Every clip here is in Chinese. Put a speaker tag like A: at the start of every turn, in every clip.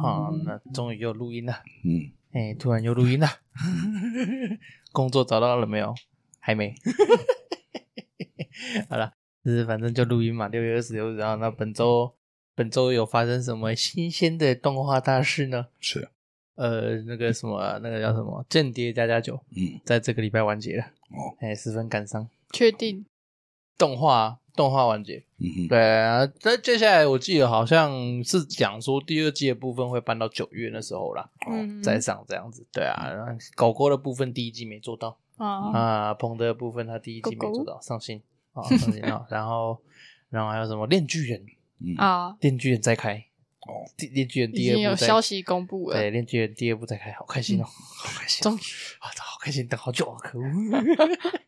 A: 好、那终于又录音了，
B: 嗯，
A: 哎，突然又录音了。 工作找到了没有？还没。 好了，就是反正就录音嘛，六月二十六日。然后那本周本周有发生什么新鲜的动画大事呢？
B: 是，
A: 呃，那个什么，那个叫什么《间谍加加酒》，
B: 嗯，
A: 在这个礼拜完结了。
B: 哦，
A: 哎，十分感伤。
C: 确定
A: 动画动画完结，
B: 嗯哼，
A: 对啊，那接下来我记得好像是讲说第二季的部分会搬到九月那时候啦，
C: 嗯
A: 再上这样子。对啊，然后狗狗的部分第一季没做到
C: 啊？
A: 啊，彭德的部分他第一季没做到，上心啊，上心啊。然后，然后还有什么《链锯人》？《
B: 嗯，
C: 啊，
A: 链锯人》再开，
B: 哦，
A: 第《链锯人》
C: 已
A: 第
C: 经
A: 二
C: 有
A: 部再
C: 消息公布
A: 对，《
C: 了，嗯
A: 链锯人》第二部再开，好开心哦，好开心哦，
C: 终于
A: 啊，好开心，等好久啊，可恶！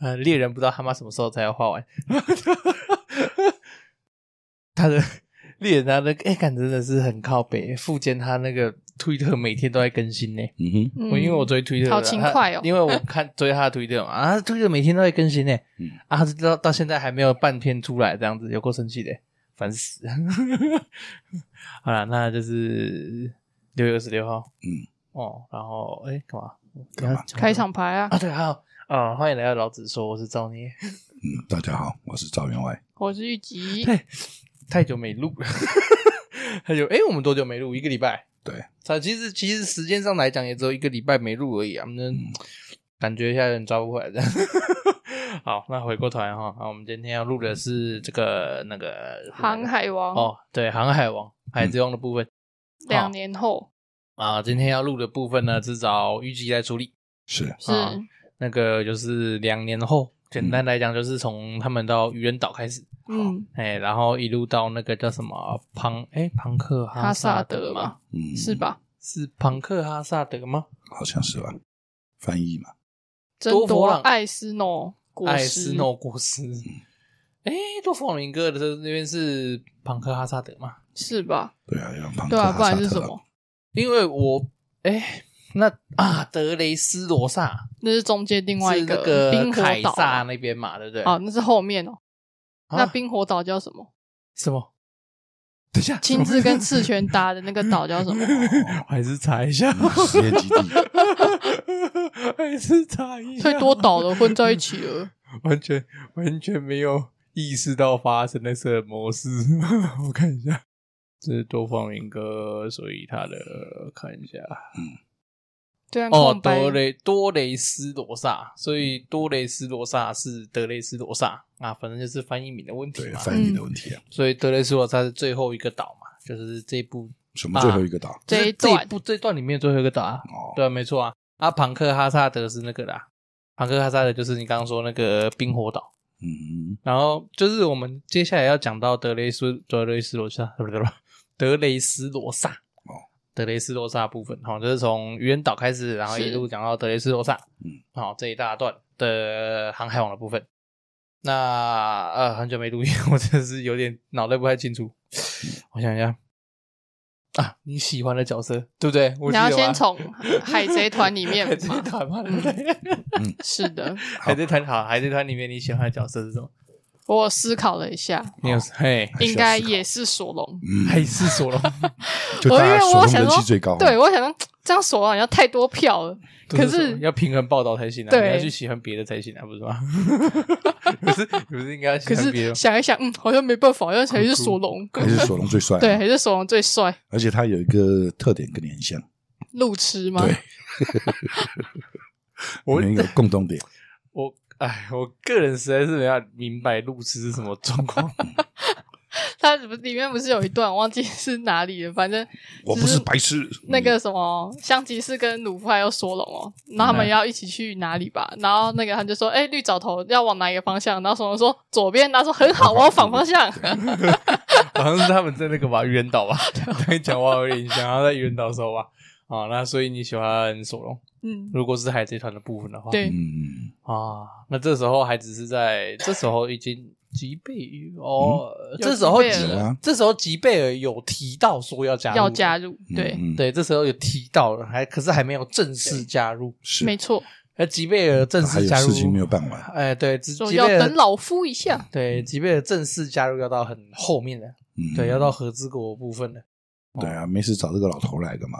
A: 呃，猎人不知道他妈什么时候才要画完， 他的猎人他的哎，感、真的是很靠北。富坚他那个推特每天都在更新呢、
B: 嗯哼，
C: 嗯
A: 我因为我追推特的，
C: 好勤
A: 他
C: 快哦
A: 因为我看追他的推特嘛，啊，他推特每天都在更新呢、
B: 嗯
A: 啊，他到到现在还没有半篇出来，这样子有够生气的、烦死！ 好了，那就是六月二十六号，
B: 嗯，
A: 哦，然后哎，干嘛？
B: 干嘛
A: 你要讲
C: 开场牌啊
A: 啊，！对，还有啊，欢迎来到老子说，我是赵捏，
B: 嗯，大家好，我是赵员外，
C: 我是玉吉，
A: 啊对 太久没录了，太久，哎，我们多久没录？一个礼拜。
B: 对，
A: 啊，其实其实时间上来讲，也只有一个礼拜没录而已啊，那、感觉一下有点抓不回来这样。 好，那回过头来哈，啊，我们今天要录的是这个那个
C: 航海王嗯
A: 哦，对，航海王、海贼王的部分、
C: 两年后
A: 啊，今天要录的部分呢，是找预计来处理，
B: 是，
C: 是
A: 啊那个就是两年后，简单来讲就是从他们到愚人岛开始，
C: 嗯
A: 哎，然后一路到那个叫什么庞哎庞克哈
C: 哈萨
A: 德
C: 德
A: 嘛
C: 嘛，
B: 嗯，
C: 是？吧？
A: 是庞克哈萨德吗？
B: 好像是吧，翻译嘛，
C: 争
A: 多佛
C: 夺
A: 朗
C: 艾斯诺果
A: 艾斯
C: 实，
A: 诺果实。哎，多弗朗明哥的这那边是庞克哈萨德嘛？
C: 是吧？
B: 对啊，用庞克
C: 对啊，
B: 哈
C: 不然
B: 萨
C: 是
B: 特
C: 什
B: 啊？
C: 么？
A: 因为我哎，那啊德雷斯罗萨
C: 那是中间另外一
A: 是那
C: 冰
A: 个
C: 火
A: 凯
C: 岛
A: 撒
C: 啊，
A: 那边嘛，对不对？
C: 哦那是后面哦。
A: 啊
C: 那冰火岛叫什么？
A: 什么？等一下，
C: 亲自跟 赤泉打的那个岛叫什 么？
A: 我还是查一 下，
B: 嗯实验基地，
A: 还是查一下，
C: 所以多岛的混在一起了。
A: 完全完全没有意识到发生的什么事。 我看一下，这是多方明哥，所以他的看一下
C: 对啊，
A: 哦，
C: 空白
A: 多雷多雷斯罗萨，所以多雷斯罗萨是德雷斯罗萨啊，反正就是翻译名的问题
B: 对，
A: 嘛。
B: 翻译的问题啊，
A: 所以德雷斯罗萨是最后一个岛嘛，就是这一部
B: 什么最后一个岛？
C: 这
A: 就是
C: 一
A: 这
C: 段
A: 一部这一段里面最后一个岛啊，
B: 哦，
A: 对啊，没错啊。啊，庞克哈萨德是那个啦，庞克哈萨德就是你刚刚说那个冰火岛。
B: 嗯，
A: 然后就是我们接下来要讲到德雷斯德雷斯罗萨，不对不对， 德雷斯罗萨
B: 哦，
A: 德雷斯罗萨部分，好、就是从愚人岛开始，然后
C: 是
A: 一路讲到德雷斯罗萨，
B: 嗯，
A: 好、这一大段的航海王的部分。那呃，很久没录音， 我真的是有点脑袋不太清楚。
B: 嗯
A: 我想一下啊，你喜欢的角色对不对？我
C: 你
A: 记得
C: 要先
A: 吧
C: 从海贼团里面
A: 海贼
C: 嘛，
A: 团嘛，对不对？
C: 是的，
A: 海贼团好，海贼团里面你喜欢的角色是什么？
B: 哦
C: 我思考了一下，
A: 你有嘿，
B: 还
C: 应
B: 需要
C: 该
B: 思考
C: 也是索隆。
B: 嗯，
A: 还是索隆？
B: 就
C: 我因
B: 大
C: 为
B: 家
C: 我
B: 手中
C: 想
B: 人
C: 说
B: 气最高，啊
C: 对，，我想说这样索隆好像太多票了，可
A: 就是
C: 是
A: 说要平衡报道才行啊，
C: 对
A: 你要去喜欢别的才行啊，不是吗？ 不是，不是应该喜
C: 可
A: 欢别
C: 是
A: 的？
C: 想一想，嗯，好像没办法，好像还是索隆，
B: 还是索隆最帅，啊
C: 对，，还是索隆最帅，
B: 而且他有一个特点跟你很像，
C: 路痴吗？
B: 对，我
A: 我
B: 们有共同点，
A: 我哎，我个人实在是没有明白路痴是什么状况。
C: 他不里面不是有一段我忘记是哪里了，反正
B: 我不是白痴，
C: 那个什么香吉士跟鲁夫还有索隆哦，然
B: 嗯
C: 后他们要一起去哪里吧？然后那个他就说：“哎、绿藻头要往哪一个方向？”然后索隆说：“左边。”他说：“很好，往反方向。
A: 好像是他们在那个吧，愚人岛吧，跟你讲话有点印象，然后在愚人岛的时候吧。啊，那所以你喜欢索隆？”
C: 嗯，
A: 如果是海贼团的部分的话，
C: 对，
B: 嗯，
A: 啊，那这时候还只是在这时候已经吉贝尔哦，
C: 有
A: 这时候吉
C: 吉贝
B: 尔啊
A: 这时候吉贝尔有提到说要加入
C: 要加入，对，
B: 嗯，嗯
A: 对，这时候有提到了，还可是还没有正式加入。
B: 是
C: 没错，
A: 而吉贝尔正
B: 嗯还
A: 式
B: 有
A: 加入，
B: 事情没有办完，
A: 哎，对，吉
C: 说
A: 吉
C: 要
A: 贝
C: 等
A: 尔
C: 老夫一下。
A: 对吉贝尔正式加入要到很后面的，
B: 嗯，
A: 对，要到合资国部分的。
B: 对啊，没事找这个老头来干嘛？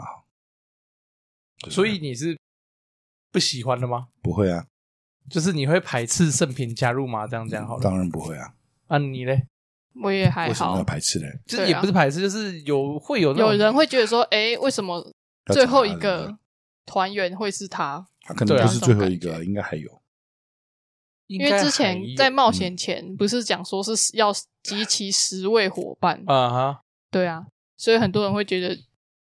A: 所以你是不喜欢的吗？
B: 不会啊，
A: 就是你会排斥圣品加入吗？这样讲好了。
B: 当然不会啊，
A: 啊，你嘞？
C: 我也还
B: 为什么要
C: 好。
B: 排斥呢？
A: 就是
C: 对啊
A: 也不是排斥，就是有会有那种
C: 有人会觉得说，哎，为什么
B: 要
C: 最
B: 找
C: 后
B: 他
C: 一
B: 的
C: 个团员会是他？
B: 他可
A: 对
B: 能
A: 啊
B: 不是最后
C: 这种
B: 一个啊，应该还有。
A: 应
C: 因
A: 该
C: 为
A: 还有，
C: 之前在冒
A: 嗯
C: 险前不是讲说是要集齐十位伙伴，
A: 啊哈，
C: 对啊，所以很多人会觉得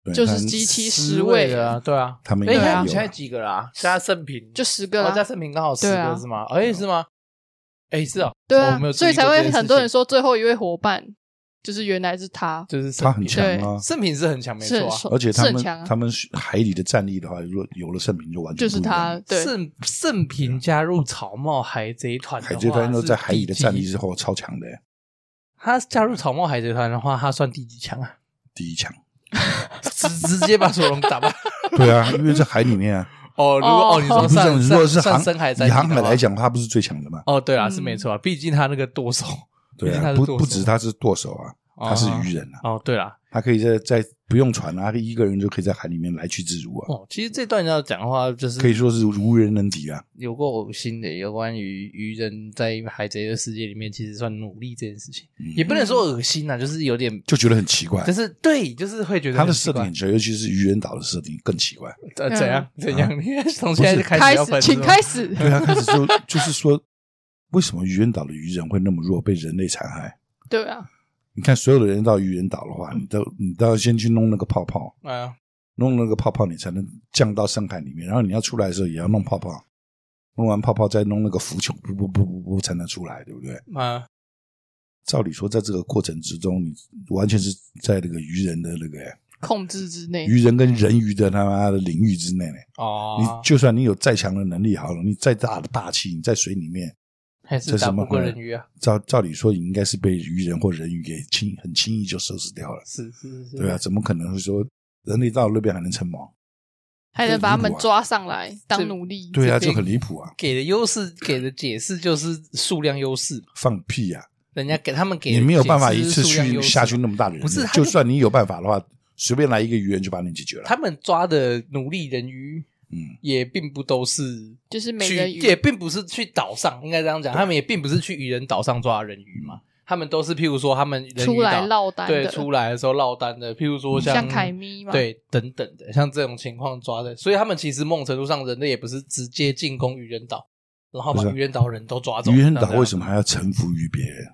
B: 对
C: 就是
B: 但
C: 集齐
A: 十
C: 十位
A: 的啊，对啊，
B: 他们
A: 哎，
B: 应该
A: 看
B: 有
A: 你现在
B: 啊，
A: 几个啦？加圣品
C: 就十个
A: 哦加
C: 啦，
A: 圣品刚好十
C: 啊对啊
A: 个是吗？哎，是吗？哎，是啊，
C: 对
A: 我
C: 啊
A: 没有，注
C: 所以
A: 意
C: 才
A: 过这
C: 会
A: 件
C: 很
A: 事
C: 多人
A: 情
C: 说最后一位伙伴就是原来是他，
A: 就是圣
B: 他很
A: 品
B: 强啊，
A: 圣品是很强，没错
C: 是很
A: 啊。
C: 爽
B: 而且
C: 是
B: 他
C: 很
B: 们
C: 强啊
B: 他，们海里的战力的话，如果有了圣品，就完全
C: 就是
B: 不一样
C: 他，对，
A: 圣圣品加入草帽海贼团的话，
B: 海贼团都在海里的战力
A: 是第几
B: 之后超强的，
A: 他加入草帽海贼团的话，他算第几强 啊？
B: 第一强。
A: 直直接把索隆打 败。
B: 对啊，因为在海里面啊，
A: 哦，如果
C: 哦
A: 哦，你
B: 你
A: 说
B: 不是
A: 算
B: 如果是
A: 算
B: 航
A: 算深海
B: 以
A: 战
B: 航海
A: 的话
B: 来，讲，他不是最强的嘛？
A: 哦，对啊，
C: 嗯
A: 是没错啊，毕竟他那个剁手，毕
B: 对
A: 竟他
B: 啊，
A: 是
B: 不
A: 剁
B: 不
A: 手
B: 止他是剁手啊，
A: 哦
B: 他是渔人啊，
A: 哦，对啦，
B: 他可以在在不用船啊，他一个人就可以在海里面来去自如啊，
A: 哦，其实这段要讲的话，就是
B: 可以说是无人能敌啊。
A: 有过呕心的，有关于渔人在海贼的世界里面，其实算努力这件事情，也不能说恶心啊，就是有点，
B: 嗯就觉得很奇怪
A: 就，是对，就是会觉得
B: 他的
A: 很
B: 设
A: 奇
B: 定
A: 怪
B: 很，奇怪，尤其是渔人岛的设定更奇 怪。
A: 呃，怎
B: 啊
A: 样怎样？你 从现在就开
C: 嗯开
A: 始要
C: 始，
A: 分，
C: 请开始，
B: 对啊，开始说就是说，为什么渔人岛的渔人会那么弱，被人类残害？
C: 对啊，
B: 你看，所有的人到渔人岛的话，你都你都要先去弄那个泡泡，
A: 啊，
B: 弄那个泡泡，你才能降到深海里面。然后你要出来的时候，也要弄泡泡，弄完泡泡再弄那个浮球，不不不不不才能出来，对不对？
A: 啊，
B: 照理说，在这个过程之中，你完全是在那个渔人的那个
C: 控制之内，
B: 渔人跟人鱼的他妈的领域之内呢。
A: 哦，
B: 你就算你有再强的能力好了，你再大的霸气，你在水里面，
A: 还是打不过人鱼啊，
B: 照照理说，你应该是被鱼人或人鱼给轻很轻易就收拾掉了，
A: 是是是，
B: 对啊，，怎么可能会说人类到那边还能称王？
A: 嗯
C: 还能把他
B: 这
C: 们
B: 个
C: 抓上来
A: 这
C: 当奴隶，
B: 对啊，
A: 这边
B: 就很离谱啊，
A: 给的优势，给的解释就是数量优势嘛，
B: 放屁啊！
A: 人家给他们给的
B: 你没有办法
A: 解
B: 一
A: 释
B: 次
A: 是数量
B: 去
A: 优势
B: 下去
A: 嘛
B: 那么大的人，
A: 不是他就
B: 就算你有办法的话，随便来一个鱼人就把你解决了。
A: 他们抓的奴隶人鱼
B: 嗯，
A: 也并不都是
C: 就是美
A: 去，
C: 人鱼，
A: 也并不是去岛上，应该这样讲，他们也并不是去渔人岛上抓人鱼嘛，他们都是譬如说他们人鱼
C: 出来
A: 岛
C: 落单
A: 对
C: 的，嗯
A: 出来的时候落单的，譬如说
C: 像凯咪嘛，，
A: 对等等的，像这种情况抓的，所以他们其实某种程度上，人类也不是直接进攻渔人岛，然后把
B: 不是啊
A: 渔人岛人都抓走。
B: 鱼人岛为
A: 么？
B: 什么还要臣服于别人？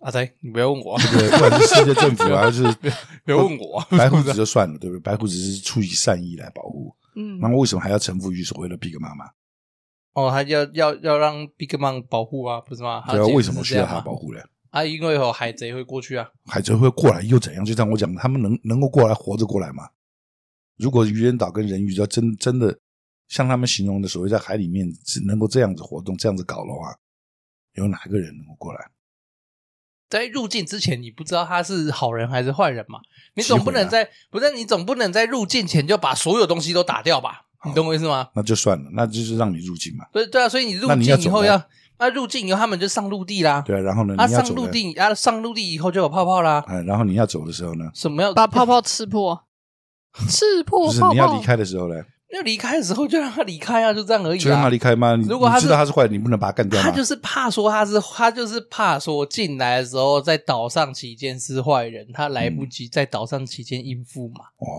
A: 阿仔，你不要问我啊，
B: 对，不管是世界政府啊，还是
A: 不要问我啊。
B: 白胡子就算了，对不对？白胡子是出于善意来保护，
C: 嗯
B: 那，么为什么还要臣服于所谓的 Pig 妈妈？
A: 哦，他要要要让 Big Man 保护啊，不是吗？
B: 对啊，为什么需要
A: 他解释是这样
B: 他
A: 啊
B: 保护呢？
A: 啊？因为有海贼会过去啊。
B: 海贼会过来又怎样？就像我讲的，他们能能够过来活着过来吗？如果鱼人岛跟人鱼要真真的像他们形容的所谓在海里面只能够这样子活动、这样子搞的话，有哪个人能够过来？
A: 在入境之前，你不知道他是好人还是坏人嘛？你总不
B: 机会啊
A: 能在、不是你总不能在入境前就把所有东西都打掉吧？你
B: 哦
A: 懂我意思吗？
B: 那就算了，那就是让你入境嘛。
A: 不是对啊，所以你入
B: 那你要
A: 境以后
B: 走啊
A: 要，那入境以后他们就上陆地啦。
B: 对啊，然后呢，
A: 啊，
B: 你要
A: 上
B: 走
A: 陆
B: 的，
A: 地啊，上陆地以后就有泡泡啦。
B: 哎，然后你要走的时候呢，
A: 什么要
C: 把泡泡刺 破，刺破
B: 不是
C: 泡
B: 你要
C: 泡
B: 离，开的时候呢，
A: 要离开的时候就让他离开啊，就这样而已
B: 就让他
A: 啊。
B: 离开吗？你
A: 如果他
B: 你
A: 是
B: 知道他是坏人，你不能把他干掉
A: 他
B: 吗？
A: 就是怕说他是他就是怕说进来的时候在岛上期间是坏人，他来不及在岛上期间应付嘛，
B: 哦，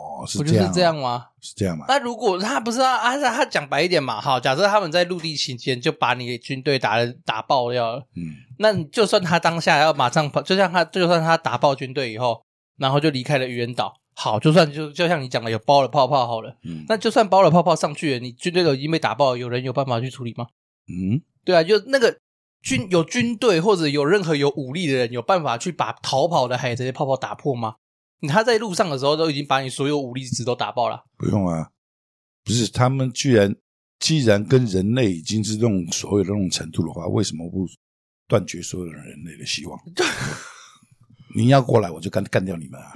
B: 嗯是
A: 不就
B: 这样
A: 是这样
B: 啊，
A: 吗？
B: 是这样嘛？
A: 那如果他不是啊，啊他他讲白一点嘛，好，假设他们在陆地期间就把你军队打得打爆掉了，
B: 嗯，
A: 那你就算他当下要马上跑，就像他就算他打爆军队以后，然后就离开了渔人岛，好，就算就就像你讲的有包了泡泡好了，
B: 嗯
A: 那就算包了泡泡上去了，你军队都已经被打爆了，有人有办法去处理吗？
B: 嗯，
A: 对啊，就那个军有军队或者有任何有武力的人，有办法去把逃跑的海贼泡泡打破吗？他在路上的时候都已经把你所有武力值都打爆了。
B: 不用啊，不是他们居然既然跟人类已经是那种所有的那种程度的话，为什么不断绝所有的人类的 希望？你要过来，我就干干掉你们 啊！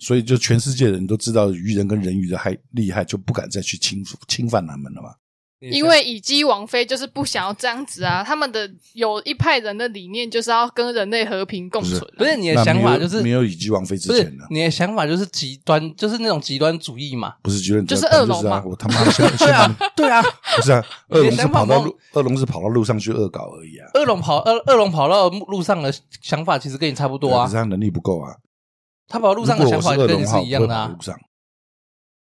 B: 所以就全世界人都知道鱼人跟人鱼的害厉害，就不敢再去侵侵犯他们了嘛。
C: 因为以鸡王妃就是不想要这样子啊，他们的有一派人的理念就是要跟人类和平共存啊、
A: 不是你的
B: 那
A: 想
B: 没
A: 法
B: 有
A: 就是
B: 没有以及王菲之
A: 不是
B: 前的，
A: 你的想法就是极端，就是那种极端主义嘛。
B: 不是觉得
C: 就是恶龙
B: 啊
C: 嘛！
B: 我他妈 先先
A: 对
B: 把
A: 啊，对啊，
B: 不是啊，恶龙
A: 你的
B: 是
A: 想法
B: 跑到
A: 吗
B: 路，恶龙是跑到路上去恶搞而已啊。
A: 恶龙跑恶恶龙跑到路上的想法其实跟你差不多
B: 可
A: 啊
B: 是，他能力不够啊。
A: 他跑到路上的
B: 如果
A: 想法
B: 我是恶
A: 跟
B: 龙
A: 你
B: 的话，
A: 是
B: 我
A: 一
B: 不
A: 样
B: 会
A: 的
B: 跑
A: 啊
B: 路。上，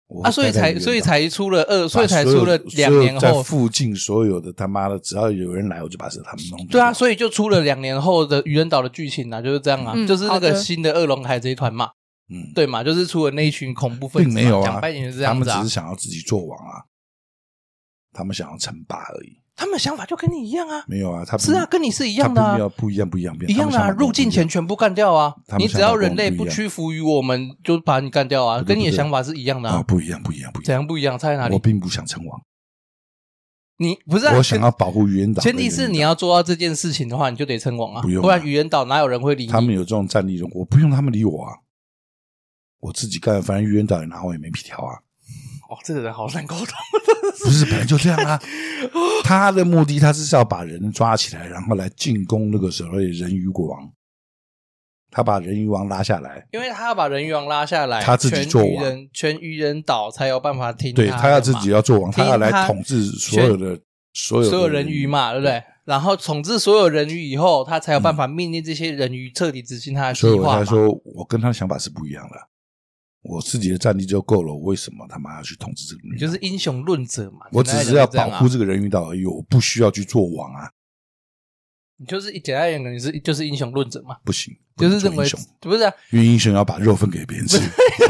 B: 我会
A: 啊，所以
B: 待在
A: 才
B: 原
A: 所以
B: 地
A: 才出了二，所以
B: 把
A: 才
B: 所有
A: 出了两
B: 所有
A: 年
B: 在
A: 后，
B: 附近所有的他妈的，只要有人来，我就把这他们弄。
A: 对啊，，所以就出了两年后的愚人岛的剧情啊，就是这样啊，
C: 嗯
A: 就是那
C: 好
A: 个
C: 的
A: 新的恶龙海贼团嘛，
B: 嗯，
A: 对嘛，就是出了那一群恐怖分子
B: 并
A: 嘛，
B: 没有啊
A: 讲白一点就是这
B: 他
A: 样
B: 们
A: 子
B: 只
A: 啊
B: 是，想要自己做王啊，他们想要称霸而已。
A: 他们想法就跟你一样啊，
B: 没有啊，他不
A: 是啊，跟你是一样的
B: 他
A: 啊
B: 并没，有不一样，不一样，不
A: 一样的
B: 他
A: 啊，
B: 们想法跟我
A: 入境前全部干掉啊
B: 他，们
A: 你
B: 想
A: 只
B: 法
A: 要
B: 跟我
A: 人
B: 们
A: 类
B: 不一
A: 不
B: 样
A: 屈服于我们，就把你干掉啊，
B: 不对
A: 跟你的
B: 不对
A: 想法是一样
B: 不
A: 的
B: 一样啊，
A: 啊，
B: 不一样，不一样，不一
A: 怎
B: 样。
A: 样不一样？差在哪
B: 我
A: 里？
B: 并不想称王，啊
A: 你不是啊
B: 我想要保护原岛。
A: 前提是你要做到这件事情的话，你就得称王啊，
B: 不用啊
A: 不然愚人岛哪有人会理你？
B: 他们有这种战力，我不用他们理我啊，我自己干，反正原岛也拿我也没皮 条啊。
A: 哦，这个人好难沟通。
B: 不是，本来就这样啊。他的目的，他是要把人抓起来，然后来进攻那个所谓的人鱼国王。他把人鱼王拉下来，
A: 因为他要把人鱼王拉下来，
B: 他自己做
A: 全
B: 王
A: 渔人全渔人岛才有办法听
B: 对
A: 他
B: 他要自己
A: 要
B: 要做王，
A: 听
B: 他要来
A: 他
B: 统治所有的所有的
A: 所有人鱼嘛，对不对？然后统治所有人鱼以后，他才有办法命令这些人鱼彻底执行他的计
B: 嗯所以我
A: 划
B: 才
A: 嘛。
B: 说，我跟他的想法是不一样的。我自己的战力就够了，我为什么他妈要去统治这个人
A: 你
B: 鱼？
A: 就是英雄论者嘛，
B: 我
A: 简
B: 只
A: 单来
B: 是
A: 讲
B: 要
A: 这样
B: 保
A: 啊
B: 护这个人鱼岛而已，我不需要去做王啊！
A: 你，就是简单来讲，你是就是英雄论者嘛，
B: 不行，不
A: 就
B: 能
A: 是
B: 做
A: 认为
B: 英雄
A: 不是啊，
B: 因为英雄要把肉分给 别人吃，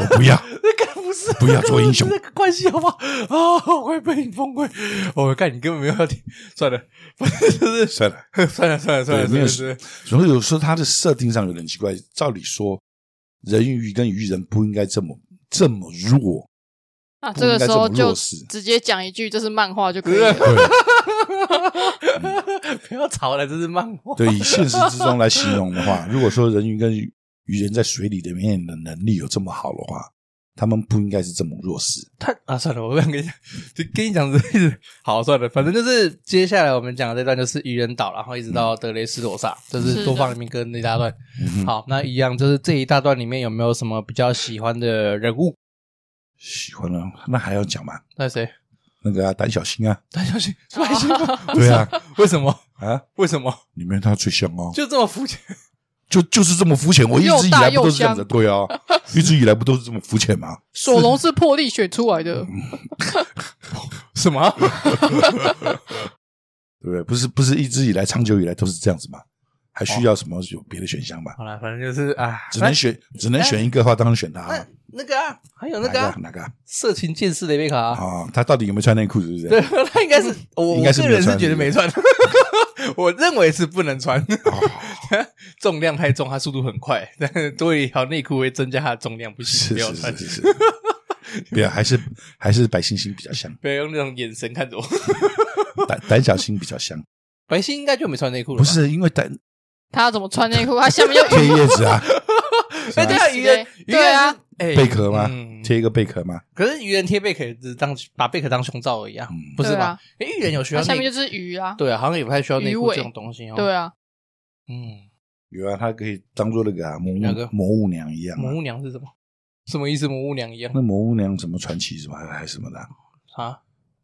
B: 我不要。
A: 那个不是
B: 不要做英雄
A: 那个关系好不好？啊，我会被你崩溃！我看你根本没有要听，算了，不是就是
B: 算了。
A: 算了算了算
B: 对，
A: 了，
B: 没有
A: 算 了，
B: 所以有时候它的设定上有点奇怪。照理说，人鱼跟鱼人不应该这么这么弱，
C: 啊，
B: 不
C: 这
B: 应
C: 个
B: 该
C: 时
B: 这
C: 候
B: 么
C: 就
B: 弱势
C: 直接讲一句，这是漫画就可以
A: 呃
C: 了。
A: 不要吵了，这是漫画。
B: 对，以现实之中来形容的 话，如果说人鱼跟鱼人在水里里面的能力有这么好的话，他们不应该是这么弱势。
A: 他啊，算了，我不想跟你讲，就跟你讲这一直好算了，反正就是接下来我们讲的这段就是愚人岛，然后一直到德雷斯罗萨，就是
C: 是
A: 多
C: 的
A: 放里面跟那一大段。
B: 嗯哼
A: 好，那一样就是这一大段里面有没有什么比较喜欢的人物？
B: 喜欢了，那还要讲吗？
A: 那谁？
B: 那个啊，胆小心啊，
A: 胆小心，是白心 吗？
B: 对啊，
A: 为什么？
B: 啊，
A: 为什么？
B: 里面他最香哦，
A: 就这么肤浅？
B: 就就是这么肤浅。我一直以来不都是这样子，
C: 又
B: 对啊，一直以来不都是这么肤浅吗？
C: 索隆是破例选出来的，
B: 嗯
A: 什么？
B: 对不对？不是不是一直以来长久以来都是这样子吗？还需要什么有别的选项吗？
A: 好了，反正就是啊，
B: 只能选只能选一个的话，当然选他
A: 那
B: 了。
A: 那个啊，还有那
B: 哪
A: 个
B: 个
A: 啊
B: 啊哪个啊？
A: 色情剑士雷贝卡啊，
B: 啊，他到底有没有穿内裤？是不
A: 对
B: 是？，
A: 他应该是我，
B: 应
A: 我
B: 该是
A: 个
B: 没有
A: 人是
B: 穿
A: 觉得
B: 是不
A: 没
B: 是
A: 穿， 我认为是不能穿，
B: 哦
A: 重量太重，它速度很快， 但是多一条内裤会增加它的重量，不 行，
B: 是
A: 不要
B: 是
A: 穿
B: 是，是是。对啊，还是还是白星星比较香，
A: 不要用那种眼神看着我。
B: 胆胆小星比较 香。
A: 白星应该就没穿内裤了，
B: 不？是因为胆
C: 他要怎么穿内裤？他下面要
B: 贴叶子啊，
A: 哎，对啊，
C: 是
A: 愚人
C: 嘞，
A: 愚人
C: 对啊
A: 是，哎，
B: 贝壳吗
A: 嗯？
B: 贴一个贝壳吗？
A: 可是愚人贴贝壳只是当把贝壳当胸罩而已啊，
B: 嗯
A: 不是
C: 对
A: 吧
C: 啊？
A: 哎，愚人 有需要
C: 他下面
A: 内
C: 就
A: 裤，
C: 是鱼啊，
A: 对啊，好像也不太需要内
C: 鱼
A: 裤
C: 尾
A: 这种东西哦。
C: 对，啊，
A: 嗯。
B: 有啊，它可以当做那个啊魔
A: 哪个
B: 物魔物娘一样啊嗯
A: 魔。物娘是什么？什么意思？魔物娘一样
B: 那魔物娘什么传奇什么还还是什么的啊，
A: 啊？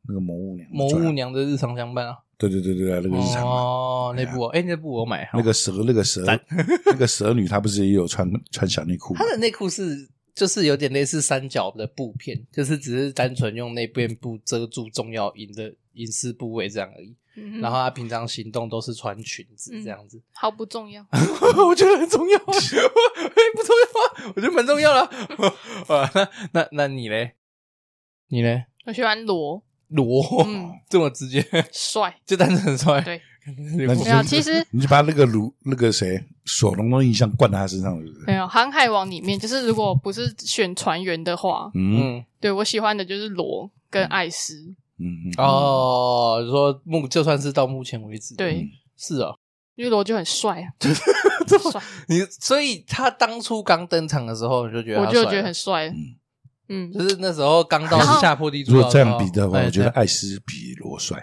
B: 那个魔物娘
A: 魔
B: 传啊
A: 物娘的日常相伴啊？
B: 对对对嗯对啊，那个日常啊，
A: 哦，那部哦，哎，那部我买。
B: 那个蛇，那个蛇， 那个蛇女，她不是也有穿穿小内裤吗
A: 她？的内裤是就是有点类似三角的布片，就是只是单纯用那片布遮住重要隐的隐私部位这样而已。
C: 嗯哼
A: 然后她平常行动都是穿裙子
C: 嗯
A: 这样子，
C: 毫不重要。
A: 我觉得很重要啊，哎，不重要啊，我觉 得蛮重要了。啊，那那那你嘞？你嘞？
C: 我喜欢罗，
A: 裸
C: 嗯，
A: 这么直接，
C: 帅。
A: 就单纯很帅。
C: 对，
A: 那
B: 你
C: 没有，
B: 就
C: 其实
B: 你就把那个鲁那个谁索隆的印象灌到她身上，是不是？
C: 没有《航海王》里面，就是如果不是选船员的话，
B: 嗯
A: 嗯
C: 对我喜欢的就是罗跟艾斯。
B: 嗯嗯，
A: 哦，说目就算是到目前为止，
C: 对，
A: 是啊，
C: 因为罗就很帅啊， 帅，
A: 你所以他当初刚登场的时候，你就觉得
C: 我
A: 他
C: 就
A: 帅
C: 觉得很
A: 了
C: 帅
B: 嗯。
C: 嗯，
A: 就是那时候刚到
C: 然后
A: 下坡地主
B: 如
A: 的时候，
B: 果这样比的话，
A: 哎
B: 我觉得
A: 对
B: 艾斯比罗帅，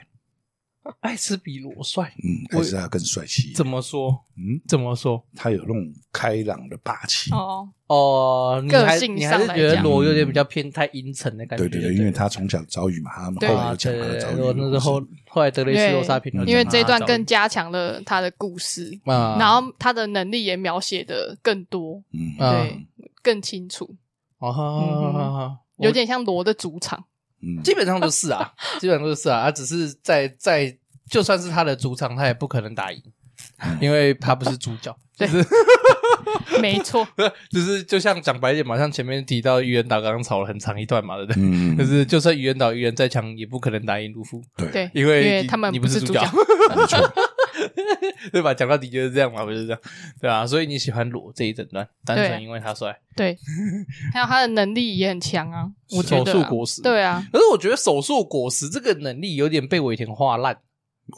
A: 爱斯比罗帅
B: 嗯，
A: 我
B: 还是他更帅气一点。
A: 怎么说？
B: 嗯，
A: 怎么说？
B: 他有那种开朗的霸气。
C: 哦，
A: 哦，你还
C: 个性
A: 你还是
C: 上来
A: 觉得
C: 讲
A: 罗有点比较偏太阴沉的感觉。
B: 对对对，因为他从小遭遇嘛，他们
C: 对
B: 后来
A: 啊，
B: 有讲
A: 对
B: 他的
A: 对
B: 遭
A: 对，我那
B: 遇
A: 时
B: 的
A: 候
B: 故事。
A: 后来德雷斯罗莎评论讲他的遭遇，
C: 因为这一段更加强了他的故事，
A: 啊，
C: 然后他的能力也描写的更多，
B: 嗯，
A: 啊
C: 对，更清楚，
A: 哦好好好好，
C: 有点像罗的主场。
B: 嗯，
A: 基本上都是啊，基本上都是啊，他只是在在就算是他的主场，他也不可能打赢，因为他不是主角。
C: 没错，
A: 只是就像讲白一点嘛，像前面提到愚人岛刚刚吵了很长一段嘛，对不对？
B: 嗯，
A: 可是就算愚人岛愚人再强，也不可能打赢卢夫，
B: 对
C: 对，
A: 因为
C: 因为
A: 你
C: 他们
A: 你
C: 不
A: 不
C: 是
A: 主
C: 主角
A: 对吧？讲到底就是这样嘛，不是这样，对啊，所以你喜欢裸这一整段，单
C: 对啊
A: 纯因为他帅。
C: 对，还有他的能力也很强啊，我觉得啊
A: 手术果实
C: 对啊，
A: 可是我觉得手术果实这个能力有点被尾田画烂，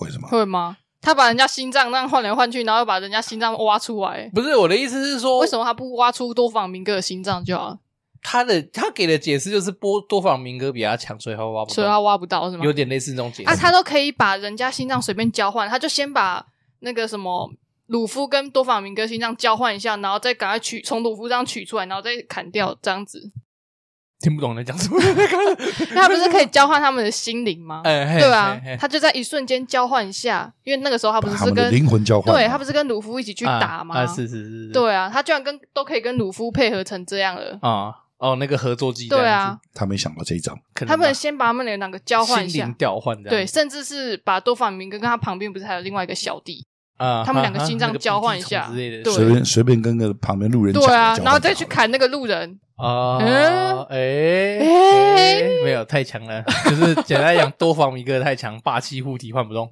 B: 为什么？
C: 会吗？他把人家心脏让换来换去，然后又把人家心脏挖出来，
A: 不是我的意思是说，
C: 为什么他不挖出多访明哥的心脏就好了？
A: 他的他给的解释就是波多访明哥比他强，所以他挖不
C: 所以
A: 到，
C: 他挖不到是吗
A: 有？点类似这种解释。
C: 啊，他都可以把人家心脏随便交换，他就先把那个什么鲁夫跟多法明哥心脏交换一下，然后再赶快取从鲁夫这样取出来，然后再砍掉这样子。
A: 听不懂在讲什么，
C: 那他不是可以交换他们的心灵吗？
A: 嗯 哎，
C: 对啊
A: 嘿嘿，嘿
C: 他就在一瞬间交换一下，因为那个时候他不
B: 把他
C: 是
B: 们的
C: 跟
B: 灵魂交换，
C: 对他不是跟鲁夫一起去打吗？
A: 啊啊，啊是是是，是
C: 对啊，他居然跟都可以跟鲁夫配合成这样了。
A: 啊，哦，那个合作技，
C: 对啊，，
B: 他没想到这一招。
A: 可能吧
C: 他们先把他们两个交换一
A: 心灵
C: 下，
A: 调换这样，
C: 对，甚至是把多法明哥跟他旁边不是还有另外一个小弟，
A: 啊，
C: 他们两
A: 个
C: 个心脏交换一下
A: 之类的，
C: 对
B: 随便随便跟个旁边路人
C: 对
B: 讲
C: 啊，
B: 交换
C: 然后再去
B: 就好了
C: 砍那个路人，
A: 啊，
C: 嗯
A: 哎哎
C: 哎，
A: 没有太强了， 就是简单讲，多防一个太强，霸气护体换不动，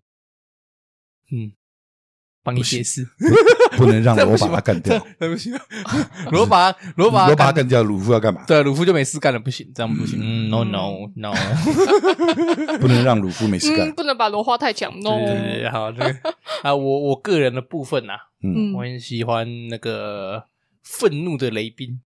A: 嗯，帮你解释，
B: 不 能 让
A: 这
B: 罗
A: 不行
B: 把
A: 吗
B: 他干掉，
A: 对不起，罗拔罗拔
B: 罗把他干掉，鲁夫要干嘛？
A: 对，鲁夫就没事干了，不行，这样不行。嗯，no no no，
B: 不能让鲁夫没事干
C: 嗯，。不能把罗花太强
A: 对
C: 弄。
A: 对对对，好，这个啊，我我个人的部分呐、啊，
B: 嗯
C: 嗯
A: 我，很喜欢那个愤怒的雷兵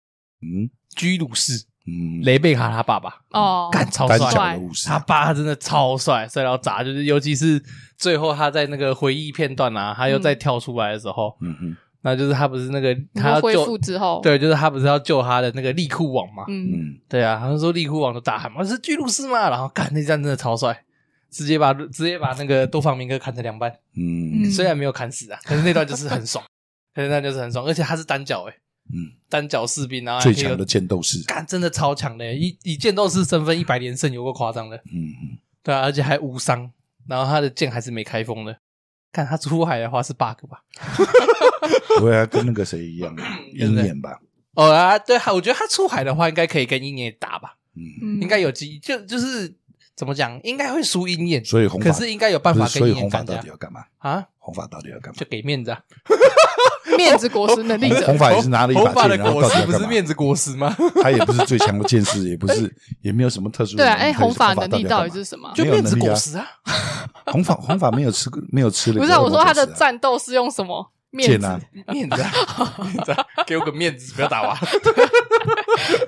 B: 嗯
A: 居鲁士
B: 嗯，
A: 雷贝卡他爸爸，
C: 哦，
A: 干超
B: 单
A: 帅，啊
B: 脚的武士，
A: 他爸他真的超帅，帅到炸，就是尤其是最后他在那个回忆片段啊，他又再跳出来的时候，
B: 嗯哼
A: 那就是他不是那个
C: 嗯你
A: 他
C: 说
A: 要
C: 恢复
A: 救，
C: 之后，，
A: 对，就是他不是要救他的那个利库网嘛，
C: 嗯，
B: 嗯，
A: 对啊，他说利库网就大喊嘛，是巨鹿是吗？然后干那战真的超帅，直接把直接把那个多方明哥砍成两半，
B: 嗯
C: 嗯
A: 虽然没有砍死啊，可是那段就是很爽， 可是那段就是很爽，而且他是单脚诶、
B: 嗯，
A: 单脚士兵，然后还
B: 最
A: 可以有
B: 强的剑斗士，
A: 干真的超强的欸、以以剑斗士身份一百连胜有够夸张的，
B: 嗯嗯，
A: 对啊，而且还无伤，然后他的剑还是没开封的。看他出海的话是 bug 吧？
B: 不会啊，跟那个谁一样，
C: 嗯
B: 鹰眼吧，
A: 哦啊，对，我觉得他出海的话应该可以跟鹰眼打吧，
B: 嗯，
C: 嗯
A: 应该有机，就就是怎么讲，应该会输鹰眼，
B: 所以红
A: 可
B: 发
A: 是应该有办法
B: 不是所
A: 跟
B: 以
A: 鹰眼
B: 红发
A: 干
B: 到
A: 架
B: 底要干嘛？
A: 啊，
B: 红发到底要干 嘛
A: 就？给面子啊。
C: 面子果实能力
B: 红
C: 者，
B: 发也是拿了一
A: 红
B: 把
A: 发
B: 剑，
A: 的
B: 然后
A: 果
B: 到
A: 实
B: 底
A: 不
B: 要
A: 是
B: 干嘛？
A: 面子果实 吗？
B: 他也不是最强的剑士，也不是，也没有什么特殊的
C: 对
B: 能
C: 啊，
B: 力。
C: 哎，
B: 他也
C: 红
B: 是红
C: 发
B: 发
C: 能力
B: 到
C: 到
B: 底
C: 底
B: 要干
C: 是什
B: 嘛
C: 么？
A: 就
B: 没有
A: 面子
B: 能力啊
A: 果实啊，
B: 红发红发没有吃过，没有吃了。
C: 不是啊，我说他的
B: 战
C: 战斗是用什么面
B: 剑
C: 子
B: 啊？，
A: 面子啊，面子啊，给我个面子，不要打我啊。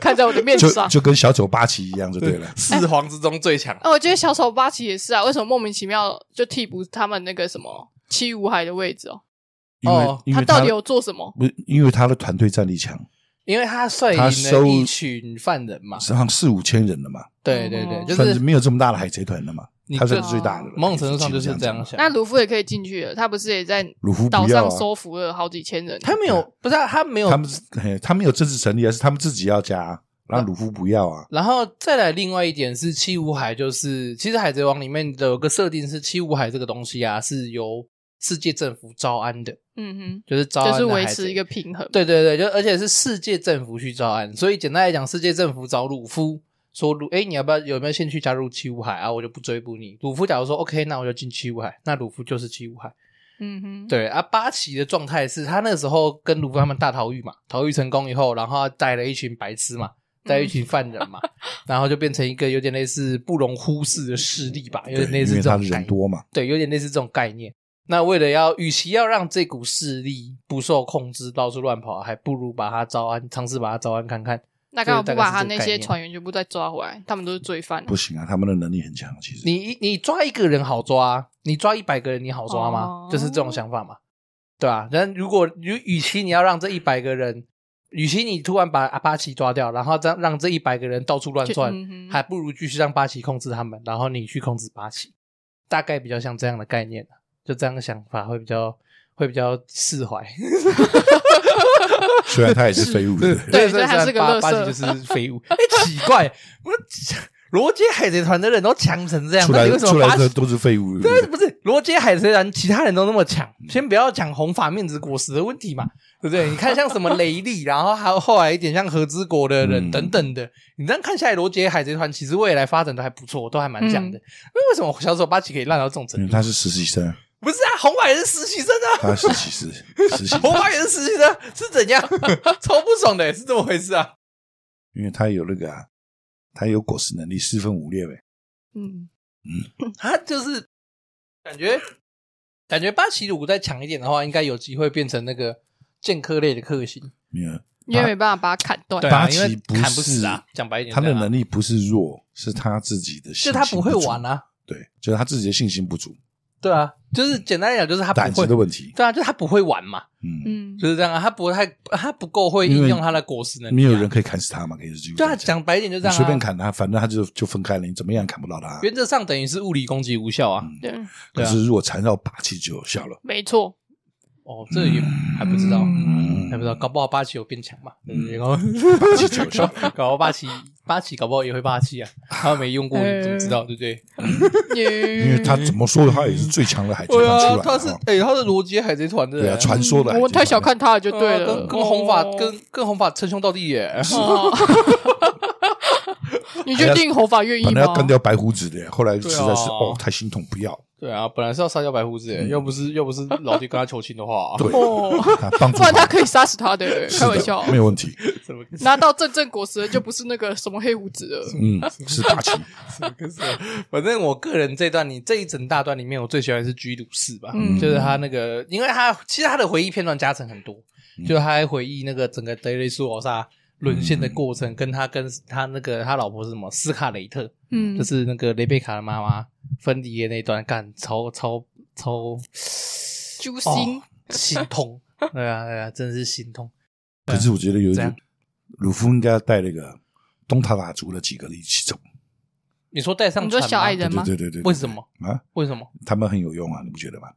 C: 看在我的面子
B: 就
C: 上。
B: 就跟小丑八旗一样就对了。
A: 四皇之中最强，
C: 啊，我觉得小丑八旗也是啊，为什么莫名其妙就替补他们那个什么七五海的位置哦？
B: 因为、
A: 哦
B: 因
C: 他
B: 为
C: 到底有做什么？
B: 不是，因为他的团队战力强，
A: 因为他率领
B: 他收
A: 了一群犯人嘛。
B: 实际上四五千人了嘛，
A: 对对对，就
B: 算
A: 是
B: 是没有这么大的海贼团了嘛
A: 你，
B: 他
A: 这
B: 算是最大的了。
A: 某种程度上就是这
B: 这
A: 样
B: 讲。
A: 想。
C: 那卢夫也可以进去了，他不是也在
B: 鲁夫
C: 岛
B: 不要
C: 上
B: 啊，
C: 收服了好几千人？
A: 他没有，不是啊他没有
B: 他，们是嘿他们有政治成立，还是他们自己要加、啊？让鲁夫不要啊，
A: 然后再来另外一点是七武海，就是其实《海贼王》里面的有个设定是七武海这个东西啊，是由世界政府招安的，
C: 嗯
A: 就是招
C: 哼，
A: 安
C: 就
A: 的
C: 是维
A: 海贼
C: 持一个平衡。
A: 对对对，就而且是世界政府去招安，所以简单来讲，世界政府找鲁夫说鲁，哎，你要不要有没有兴趣加入七武海啊？我就不追捕你。鲁夫假如说 OK，那我就进七武海，那鲁夫就是七武海。
C: 嗯哼，
A: 对啊，八旗的状态是他那时候跟鲁夫他们大逃狱嘛，逃狱成功以后，然后他带了一群白痴嘛，带一群犯人嘛，然后就变成一个有点类似不容忽视的势力吧，有
B: 对，
A: 点类
B: 因
A: 似
B: 为
A: 这
B: 他
A: 种
B: 人
A: 感
B: 多嘛，
A: 对，有点类似这种概念。那为了要，与其要让这股势力不受控制，到处乱跑，还不如把它招安，尝试把它招安看看，
C: 那干嘛
A: 对
C: 不
A: 大概
C: 把
A: 是
C: 他
A: 这个
C: 那
A: 概
C: 些
A: 念
C: 船员全部再抓回来？他们都是罪犯啊，
B: 不行啊，他们的能力很强，其实
A: 你一你抓一个人好抓，啊你抓一百个人你好抓吗
C: 哦？
A: 就是这种想法嘛，对啊。但如果与与其你要让这一百个人，与其你突然把阿巴奇抓掉，然后让让这一百个人到处乱
C: 就
A: 窜，
C: 嗯哼
A: 还不如继续让巴奇控制他们，然后你去控制巴奇，大概比较像这样的概念啊，就这样的想法会比较会比较释怀。
B: 虽然他也是废物，对不对
C: 对
A: 所以
C: 还是个
A: 巴
C: 垃圾
A: 巴西就是 废物。哎，奇怪，我 罗杰海贼团的人都强成这样，
B: 出
A: 那
B: 来
A: 你为什
B: 出
A: 么巴
B: 来的
A: 西？
B: 都是嗯废物，对
A: 对，
B: 不
A: 不
B: 对
A: 是罗杰海贼团，其他人都那么强，先不要讲红发面子果实的问题嘛，对不对？你看像什么雷利，然后还有后来一点像和之国的人、
B: 嗯
A: 等等的，你这样看下来，罗杰海贼团其实未来发展都还不错，都还蛮强的。那、为什么小手巴奇可以烂到这种
B: 因
A: 程
B: 为
A: 度？
B: 嗯他是实习生，
A: 不是啊，红发也是实习生啊，
B: 他是实习生，实习，
A: 红发也是实习生，啊是怎样？ 超不爽的，是这么回事啊？
B: 因为他有那个啊，他有果实能力，四分五裂呗。
C: 嗯，
A: 他啊就是感觉感觉巴奇鲁再强一点的话，应该有机会变成那个剑客类的克星。
B: 没有，
C: 因为没办法把他砍断。
B: 巴
A: 啊，
B: 奇
A: 因为
B: 不
A: 砍不死
B: 是
A: 啊，讲白一点，
B: 他的能
A: 力
B: 力不是弱，是他自己的
A: 就
B: 信心足，
A: 他不会玩啊，
B: 对，就是他自己的信心不足，
A: 对啊，就是简单来讲，就是他
B: 胆
A: 不
B: 子的
A: 会，
B: 问题。
A: 对啊，就是他不会玩嘛，
B: 嗯，
C: 嗯，
A: 就是这样啊，他不太他不够会应用他的果实能力、啊，
B: 没有人可以砍死他嘛，可以是几乎
A: 对啊，
B: 这样
A: 讲白一点就这
B: 你
A: 样、啊，
B: 随便，砍他，反正他就就分开了，你怎么样也砍不到他。
A: 原则上等于是物理攻击无效
B: 嗯
A: 啊。
C: 对，
A: 对
B: 可
A: 啊
B: 是如果缠绕霸气就有效了。
C: 没错，
A: 哦，这也还不知道。
B: 嗯
A: 还不知道，搞不好八旗有变强嘛？对不对？
B: 嗯
A: 搞 不
B: 霸气就有效。
A: 好搞不好八旗八旗搞不好也会霸气啊！他没 用过，你怎么知道？对不 对？
B: 因为
C: 因
B: 他怎么说，他也是最强的海贼
A: 对
B: 团出
A: 啊，
B: 来
A: 他是
B: 的哦。
A: 哎、他是罗杰海贼团的、
B: 对啊，传说的海贼团。
C: 我们太小看他了，就对
A: 啊
C: 了。
A: 跟跟红发、
C: 哦
A: 跟跟红发称兄道弟耶。
C: 哦你确定红发愿意
B: 本来要
C: 吗？
B: 干掉白胡子的，后来实在是
A: 对啊
B: 哦太心痛，不要。
A: 对啊，本来是要杀掉白胡子
C: 嗯
A: 耶，要不是要不是老爹跟他求亲的话，啊
B: 对，
C: 哦，
B: 他 帮助
C: 不然他可以杀死他的，
B: 是
C: 开
B: 的
C: 玩笑。
B: 没有问题。
A: 怎么
C: 拿到正正果实的就不是那个什么黑胡子了。
B: 嗯， 是 霸气。
A: 怎么跟谁？反正我个人这段你这一整大段里面，我最喜欢的是居鲁士吧，
C: 嗯
A: 就是他那个，因为他其实他的回忆片段加成很多，
C: 嗯
A: 就是他还回忆那个整个德雷苏罗萨沦陷的
C: 嗯
A: 过程，跟他跟他那个他老婆是什么斯卡雷特，
C: 嗯，
A: 就是那个雷贝卡的妈妈分离的那一段，干超超超
C: 哦揪心
A: 哦。心痛。对啊，对啊，真的是心痛。
B: 可是我觉得有一
A: 怎
B: 点
A: 样，
B: 鲁夫应该要带那个东塔塔族的几个一起走。
A: 你说带上
C: 你说
A: 船
C: 小
A: 吗
C: 矮人吗
B: 对对对对，对
A: 为什么
B: 啊？
A: 为什么？
B: 他们很有用啊，你不觉得吗？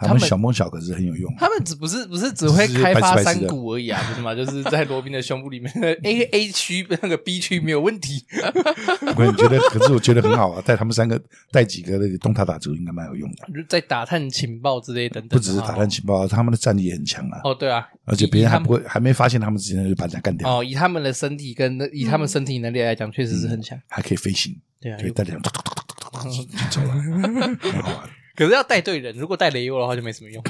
A: 他
B: 他
A: 们
B: 们小摸小可是很有用 啊。
A: 他们只不是不是只会开发山谷而已啊，不是吗？ 就是在罗宾的胸部里面，A A 区那个 B 区没有问题。
B: 我你觉得，可是我觉得很好啊，带他们三个，带几个那个东塔塔族应该蛮有用的。
A: 在打探情报之类等等的
B: 不
A: 话，
B: 只是打探情报，啊他们的战力也很强啊，
A: 哦，对啊，
B: 而且别
A: 以
B: 人
A: 他
B: 还
A: 们
B: 不会还没发现他们之前就把人家干掉，
A: 哦，以他们的身体跟以他们身体能力来讲，确实是很强。
B: 还可以飞行，
A: 嗯对啊
B: 可以
A: 有
B: 带两走了， 很好玩。
A: 可是要带对人，如果带雷欧的话就没什 么用，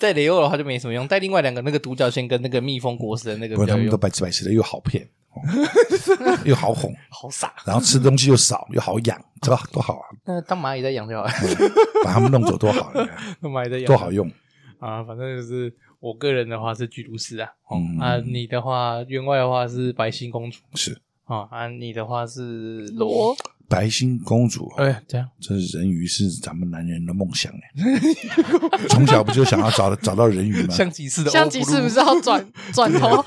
A: 带雷欧的话就没什么用，带另外两个那个独角仙跟那个蜜蜂果实的那个
B: 不
A: 比
B: 过
A: 较有
B: 他们都
A: 用，
B: 白吃白吃的，又好骗， 哦又好哄，
A: 好傻。
B: 然后吃东西又少，又好养，多好多好啊！
A: 那当蚂蚁在养就好了，
B: 把他们弄走多 好，你看
A: 当 蚂蚁在养
B: 多好用。
A: 啊，反正就是我个人的话是巨毒师啊，哦、
B: 嗯
A: 啊，你的话员外的话是白星公主
B: 是
A: 啊，啊，你的话是
C: 罗，
B: 白星公主哦，
A: 哎，这样
B: 这人鱼是咱们男人的梦想哎， 从小不就想要找找到人鱼吗？
A: 象棋式的
C: 香吉士不是要转转头？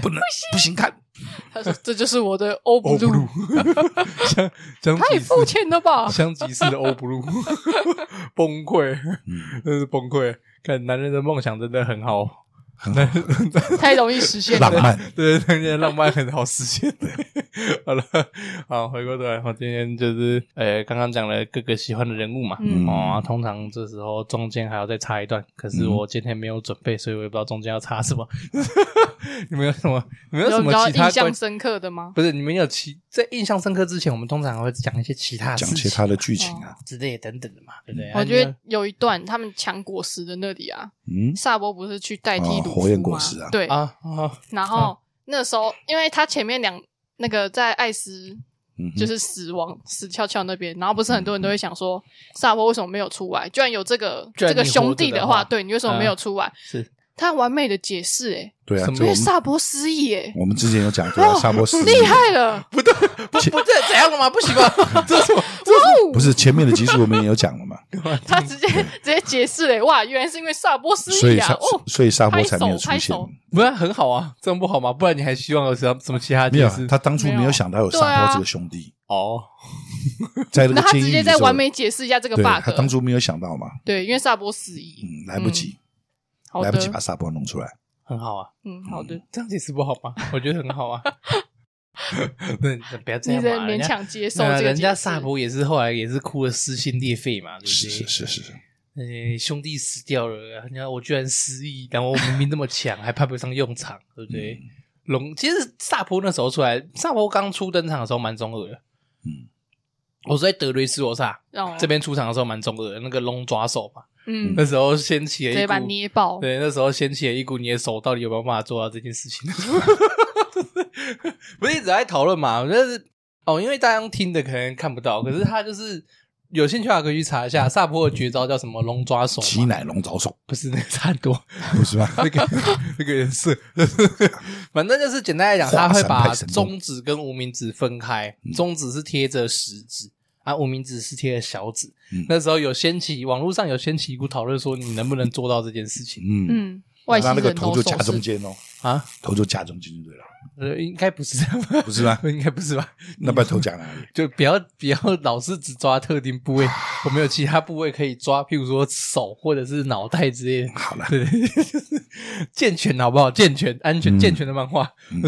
B: 不能不行看，
C: 他说：“这就是我的欧布鲁，
A: 象象
C: 太
A: 棋式
C: 肤浅了吧
A: 象棋式的欧布鲁 崩溃，
B: 嗯
A: 真是崩溃。看男人的梦想真的很好，
B: 很好
C: 太容易实现
A: 啊
B: 浪
C: 了。
B: 漫。
A: 对，男人的浪漫很好实现。 好了，好，回过头来，我今天就是呃，刚刚讲了各个喜欢的人物嘛，
C: 嗯
A: 哦，啊通常这时候中间还要再插一段，可
B: 嗯
A: 是我今天没有准备，所以我也不知道中间要插 什么。你们有什么？你们有什
C: 有比
A: 么
C: 较
A: 其他
C: 印象
A: 关？
C: 深刻的吗？
A: 不是，你们有其在印象深刻之前，我们通常会讲一些其他的
B: 讲
A: 事
B: 其
A: 情
B: 他的剧情啊，
C: 哦
A: 之类等等的嘛，对不对？啊
C: 我觉得
A: 你
C: 有一段他们抢果实的那里啊，
B: 嗯，
C: 萨博不是去代替
B: 哦
C: 鲁
B: 火焰
C: 夫
B: 果
C: 吗
B: 实啊
C: 对
A: 们，啊啊，
C: 然后那时候因为他前面两那个在艾斯
B: 嗯哼
C: 就是死亡死翘翘那边，然后不是很多人都会想说，萨博为什么没有出来？居然有这个
A: 居然
C: 这
A: 你
C: 个兄弟
A: 活着的
C: 话，
A: 话
C: 对你为什么没有出来？
A: 是
C: 他完美的解释，哎，
B: 对啊
A: 什，么
B: 这
C: 因
B: 我
C: 为
B: 们
C: 萨博斯意，哎，
B: 我们之前有讲过啊，
C: 哇，
B: 沙波斯
C: 厉害了，
A: 不对，不不这怎样了吗？不行吧？ 这是什么
C: 哇哦
B: 不，是前面的集数我们也有讲 了嘛，
C: 他直接直接解释嘞，哇，原来是因为萨波斯
B: 所以
C: 意啊
B: 沙，
C: 哦，
B: 所以沙波才没有出
C: 拍
B: 现
C: 手拍。手
A: 不然很好啊，这样不好吗？不然你还希望有什么什么其他
B: 没有
A: 解
B: 啊
A: 释？，
B: 他当初没有想到有沙
C: 对
B: 波
C: 啊
B: 这个兄弟，
A: 哦，
B: 在那
C: 那
B: 个
C: 他
B: 监
C: 直
B: 狱
C: 接
B: 里
C: 在
B: 的时候
C: 完美解释一下这个
B: 对，他当
C: bug，
B: 初没有想到嘛，
C: 对，因为萨波斯意，
B: 嗯，来不及，
C: 好
B: 来
C: 的
B: 不，及把沙波弄出来。
A: 很好啊，
C: 嗯，好的，
A: 这样解释不好吗？我觉得很好 啊。那 那啊不要这
C: 你
A: 样嘛
C: 在，
A: 人
C: 勉
A: 家
C: 强接受
A: 那
C: 这个
A: 人
C: 解
A: 家
C: 释
A: 萨，博也是后来也是哭的撕心裂肺嘛，对
B: 是是
A: 不
B: 是是，是
A: 对？呃，兄弟死掉了，人家我居然失忆，然后我明明那么强，还派不上用场，对不对？
B: 嗯
A: 龙其实萨博那时候出来，萨博刚出登场的时候蛮中二的。
B: 嗯，
A: 我是在德雷斯罗萨
C: 哦
A: 这边出场的时候蛮中二的，那个龙爪手嘛，
C: 嗯，
A: 那时候掀起了
C: 直
A: 一
C: 接把
A: 股
C: 它捏爆，
A: 对，那时候掀起了一股你的手到底有没有办法做到这件事情？不是一直在讨论嘛？就是哦，因为大家用听的可能看不到，可是他就是有兴趣的话可以去查一下萨坡的绝招叫什么龙抓手嘛，
B: 挤奶龙爪手，
A: 不是那个差很多，
B: 不是吗？
A: 那个那个人是，反正就是简单来讲，他会把中指跟无名指分开，中指是贴着食指。啊，无名指是贴着小指。
B: 嗯
A: 那时候有掀起网络上有掀起一股讨论，说你能不能做到这件事情
B: 嗯，
C: 嗯，外星
B: 那那个
C: 人
B: 头
C: 都
B: 就
C: 手
B: 夹
C: 势
B: 中，间哦，
A: 啊？
B: 头就夹中间就对了，
A: 呃，应该不是这样吧？
B: 不是吗
A: ？应该不是吧？
B: 那把头夹哪 里？
A: 就不要不要老是只抓特定部 位，我们有其他部位可以抓，譬如说手或者是脑袋之类的。
B: 好了，
A: 对， 就是健全好不好？健全、安全、
B: 嗯
A: 健全的漫画
B: 嗯。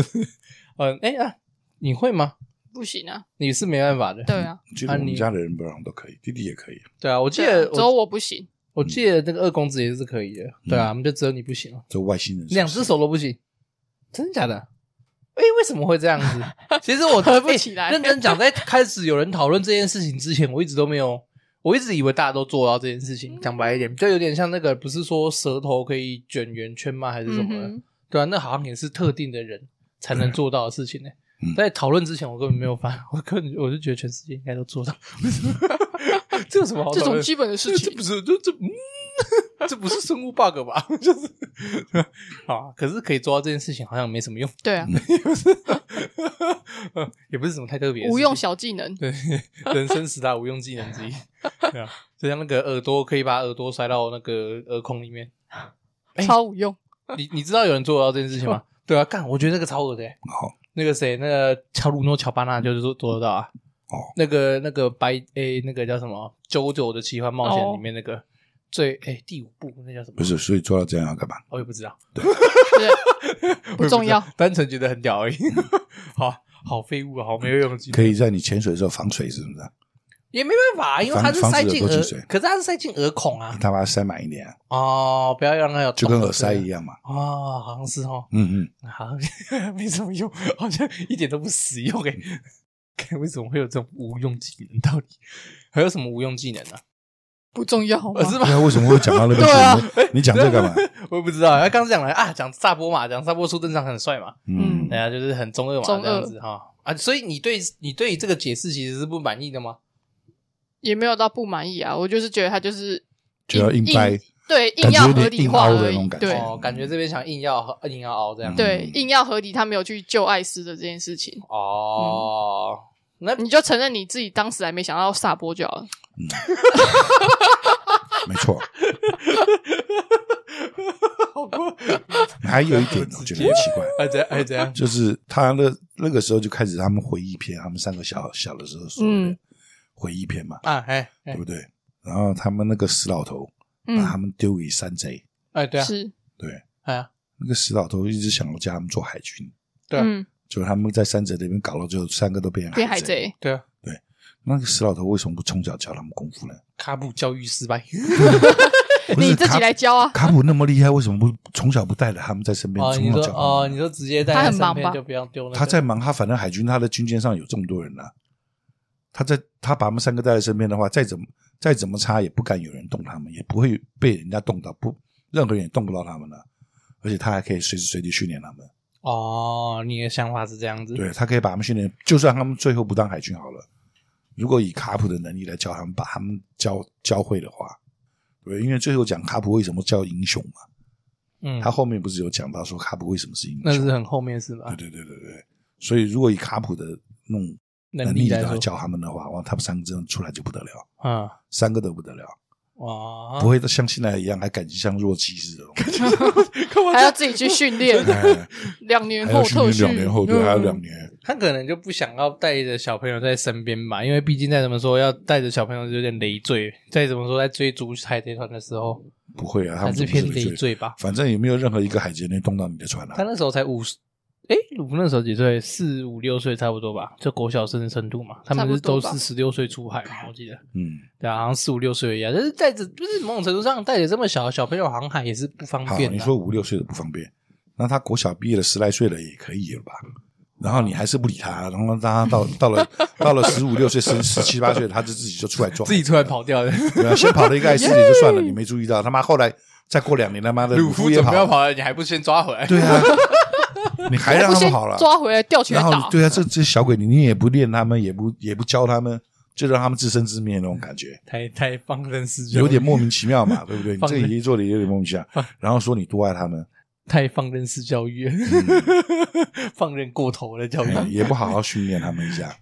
A: 嗯，哎啊，你会吗？
C: 不行啊，
A: 你是没办法
B: 嗯
A: 的。
C: 对啊，
B: 其实我
A: 啊
B: 们
A: 你
B: 家的人不让都可以，弟弟也可以，
A: 对啊，我记
C: 对啊
A: 得
C: 只有
A: 我
C: 我不行，
A: 我记得那个二公子也是可以的。对啊，我们就只有你不行了，
B: 这外星人是不是
A: 两只手都不行，真的假的？哎，为什么会这样子？ 其实我哎
C: 合不起来
A: 诶认真讲，在开始有人讨论这件事情之前，我一直都没有，我一直以为大家都做到这件事情。讲白一点，就有点像那个，不是说舌头可以卷圆圈吗？还是什
C: 嗯
A: 么的？
C: 哼，
A: 对啊，那好像也是特定的人才能做到的事情呢、
B: 嗯
A: 在讨论之前，我根本没有发，我根本我就觉得全世界应该都做到， 这有什么啊好讨
C: 这
A: 论？
C: 种基本的事
A: 这
C: 情
A: 这不，是这这嗯， 这不是生物 bug 吧？ 就是啊，可是可以做到这件事情好像没什么用，
C: 对啊，
A: 也不是，呃也不是什么太特别的事情，
C: 无用小技能，
A: 对，人生十大无用技能之一。对啊，就像那个耳朵可以把耳朵塞到那个耳孔里面，哎
C: 超无用，
A: 你你知道有人做得到这件事情 吗？对啊，干，我觉得那个超恶的、欸。
B: 好
A: 那个谁，那个乔鲁诺乔巴纳就是做做得到啊。
B: 哦
A: 那个那个白诶、那个叫什么《九九的奇幻冒
C: 哦
A: 险》里面那个、最诶、第五部那叫什么？
B: 不是，所以做到这样要干嘛？
A: 我也不知道，
C: 对，
A: 我也知道
C: 重要，
A: 单纯觉得很屌而已。好好废物啊，好没有用技能，
B: 可以在你潜水的时候防水，是不是啊？
A: 也没办法、啊，因为它是塞进耳
B: 防止耳朵进水，
A: 可是它是塞进耳孔啊
B: 你。他把它塞满一点啊，
A: 哦，不要让它有
B: 就跟耳塞一
A: 样。
B: 样嘛。
A: 哦，好像是哦，
B: 嗯嗯，
A: 好像 没什么用，好像一点都不实用诶、看为什么会有这种无用技能？到底还有什么无用技能呢、啊？
C: 不重要好吗
A: 呃？ 是吗？
B: 啊那为什么会讲到那边去？
C: 对啊
B: 我们你讲这干嘛？
A: 我也不知道。他刚刚讲了啊，讲萨波嘛，讲萨波出登场很帅嘛，
B: 嗯
C: 嗯，
A: 对啊，就是很中二嘛，
C: 中二
A: 这样子哈啊。所以你对你对这个解释其实是不满意的吗？
C: 也没有到不满意啊，我就是觉得他就是
B: 就要硬掰，
C: 对，
B: 感
C: 硬
B: 觉
C: 要
B: 有点
C: 合理
B: 硬
C: 化
B: 凹的
C: 而
B: 那
C: 已
B: 种，感觉
C: 对
A: 哦，感觉这边想硬要硬要熬这样。
C: 对
B: 嗯，
C: 硬要合理，他没有去救艾斯的这件事情，
A: 哦，那
C: 你就承认你自己当时还没想到萨波就好了，
B: 没错。
A: 好过
B: 还有一点，我觉得很奇 怪，
A: 哎怎样哎怎样？
B: 就是他那那个时候就开始他们回忆篇，他们三个小小的时候说的
C: 嗯
B: 回忆篇嘛，
A: 啊哎
B: 对
A: 哎
B: 不对？然后他们那个死老头把他
C: 嗯，
B: 们丢给山贼，
A: 哎对啊
C: 是，
B: 啊对，
A: 哎啊
B: 那个死老头一直想要叫他们做海军，
A: 对啊
C: 嗯，
B: 结果他们在山贼那边搞到最后，三个都变
C: 变
B: 海
C: 海。贼，
A: 对啊，
B: 那个死老头为什么不从小教他们功 夫呢？
A: 卡布教育失败。
B: 不是
C: 你自己
B: 卡
C: 来教啊，
B: 卡普那么厉害，为什么不从小不带着他们在身边？
A: 哦，
B: 从
A: 你
B: 小
A: 说
B: 教他们
A: 哦，你说直接在
C: 他很
A: 身
C: 忙
A: 边
C: 吧
A: 就不要丢那个
B: 他在忙，他反正海军他的军舰上有这么多人呢、他在他把他们三个带在身边的话，再怎么再怎么差也不敢有人动他们，也不会被人家动到，不任何人也动不到他们了。而且他还可以随时随地训练他们，
A: 哦，你的想法是这样子。
B: 对他可以把他们训练，就算他们最后不当海军好了，如果以卡普的能力来教他们，把他们教教会的话，对，因为最后讲卡普为什么叫英雄嘛，
A: 嗯，
B: 他后面不是有讲到说卡普为什么是英
A: 那
B: 雄？
A: 是很后面的事吧
B: 对？对对对对，所以如果以卡普的那种能力
A: 力来
B: 来
A: 说，
B: 教他们的话，哇，他们三个真的出来就不得了，
A: 嗯，
B: 三个都不得了，
A: 哇，
B: 不会像现在一样还感觉像弱鸡似的。
C: 还要自己去训练，
B: 哎
C: 两年
B: 还
C: 后
B: 要训
C: 特
B: 练
C: 训，
B: 两年后，对，
C: 嗯
B: 还有两年。
A: 他可能就不想要带着小朋友在身边吧，因为毕竟再怎么说，要带着小朋友有点累赘。再怎么说，在追逐海贼团的时候，
B: 不会啊，他
A: 还
B: 们
A: 是
B: 怎么
A: 偏
B: 会
A: 累
B: 追，
A: 赘吧。
B: 反正也没有任何一个海贼能动到你的船
A: 他
B: 啊。
A: 那时候才五十，哎，鲁夫那时候几岁？四五六岁差不多吧，就国小生的程度嘛。他们是
C: 差不
A: 都
C: 多吧
A: 是十六岁出海嘛，我记得。
B: 嗯，
A: 对啊，好像四五六岁而已啊。但是带着，就是某种程度上带着这么小的小朋友航海也是不方
B: 好，
A: 便的。
B: 你说五六岁的不方便，那他国小毕业了十来岁了也可以了吧？然后你还是不理他，然后让他到到了到了十五六岁、十十七八岁，他就自己就出来撞，
A: 自己突然跑掉的，
B: 对啊先跑了一个爱斯也就 算了，你没注意到，他妈后来再过两年，他妈的
A: 鲁夫
B: 夫
A: 怎
B: 也
A: 么
B: 跑
A: 要
B: 了，
A: 跑了？你还不先抓回来？
B: 对啊，你还让
C: 不
B: 他
C: 先
B: 们好了，
C: 抓回来吊起来
B: 然
C: 打
B: 后，对啊，这这些小鬼你你也不练他们，也不也不教他们，就让他们自生自灭那种 感觉。
A: 太太放任失
B: 有点莫名其妙嘛，对不对？你
A: 放
B: 这
A: 任
B: 个爷爷做的也有点莫名其妙，然后说你多爱他们，
A: 太放任式教育， 放任过头的教育
B: 嗯哎
A: 啊、
B: 也不好好训练他们一下。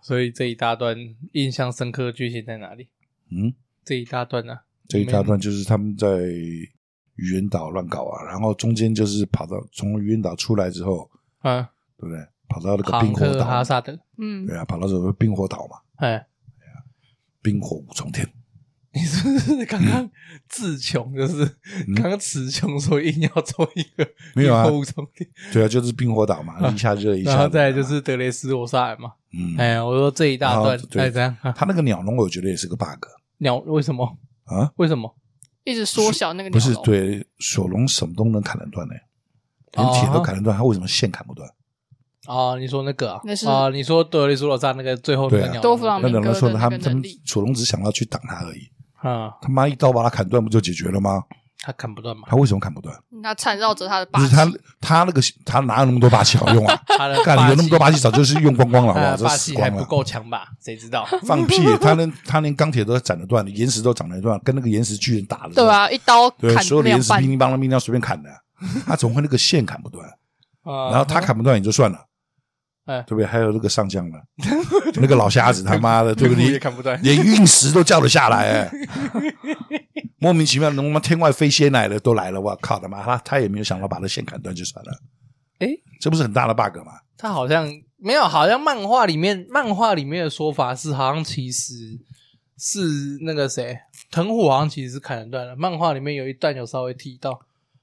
A: 所以这一大段印象深刻的剧情在哪里？
B: 嗯，
A: 这一大段呢、
B: 这一大段就是他们在愚人岛乱搞啊，然后中间就是跑到从愚人岛出来之后，
A: 啊？啊，
B: 对不对？跑到那个
A: 庞
B: 冰火
A: 克哈
B: 岛，
A: 萨德，
C: 嗯，
B: 对啊，跑到这个冰火岛嘛，
A: 哎，
B: 冰火五重天，
A: 你是不是刚
B: 嗯
A: 刚自穷，就是刚刚词穷，所以硬要做一个
B: 没有啊
A: 一口重点
B: 对啊，就是冰火岛 嘛，
A: 啊
B: 一下热一下
A: 然
B: 冷
A: 后
B: 嘛，
A: 再来就是德雷斯罗萨尔嘛。
B: 嗯，
A: 哎，我说这一大段
B: 然后，对
A: 哎，怎样？ 啊
B: 他那个鸟笼我觉得也是个 bug
A: 鸟为什么？
B: 啊，
A: 为什么？
C: 一直缩小那个鸟
B: 不是
C: 笼
B: 对索隆什么都能砍得断呢，连
A: 哦
B: 铁都砍得断，他为什么线砍不断？
A: 啊，你说那个啊
C: 那？是
A: 啊，你说德雷斯罗萨那个最后那
B: 对
A: 个
B: 啊
A: 鸟
C: 多弗朗
B: 那
C: 明
B: 两
C: 哥
B: 个说
C: 的
B: 呢，
C: 那个
B: 他们他
C: 能
B: 们
C: 力，
B: 索隆只想要去挡他而已，
A: 啊，
B: 他妈一刀把他砍断不就解决了吗？
A: 他砍不断 嘛。
B: 他为什么砍不断？
C: 他缠绕着他的
B: 不
C: 霸
B: 是
C: 气，
B: 他他那个他哪有那么多霸气好用 啊？
A: 他的
B: 干
A: 霸
B: 有那么
A: 气
B: 多霸气早就是用光光了，好不
A: 他
C: 呃
A: 的
B: 好？这
A: 霸
B: 死
A: 气
B: 光
A: 还
B: 了
A: 不够强吧？谁知道？
B: 放屁！他连他连钢铁都斩得断，岩石都斩得断，跟那个岩石巨人打的时候
C: 对，啊，一刀
B: 对
C: 砍
B: 所有的岩
C: 两
B: 石
C: 半
B: 乒，铃乓啷乒铃乓随 便砍的，他总会那个线砍不断，
A: 然
B: 然后他砍不断也就算了，
A: 啊哎
B: 对不对？还有那个上将了， 那个老瞎子他 妈的，对不
A: 也
B: 对？
A: 砍不断，
B: 连运石都叫得下来、哎 莫名其妙，他妈天外飞仙来了都来了，我靠他妈，他他也没有想到把那线砍断就算了，
A: 诶
B: 这不是很大的 bug 吗？
A: 他好像没有，好像漫画里面漫画里面的说法是，好像其实是那个谁，藤虎好像其实是砍断了。漫画里面有一段有稍微提到，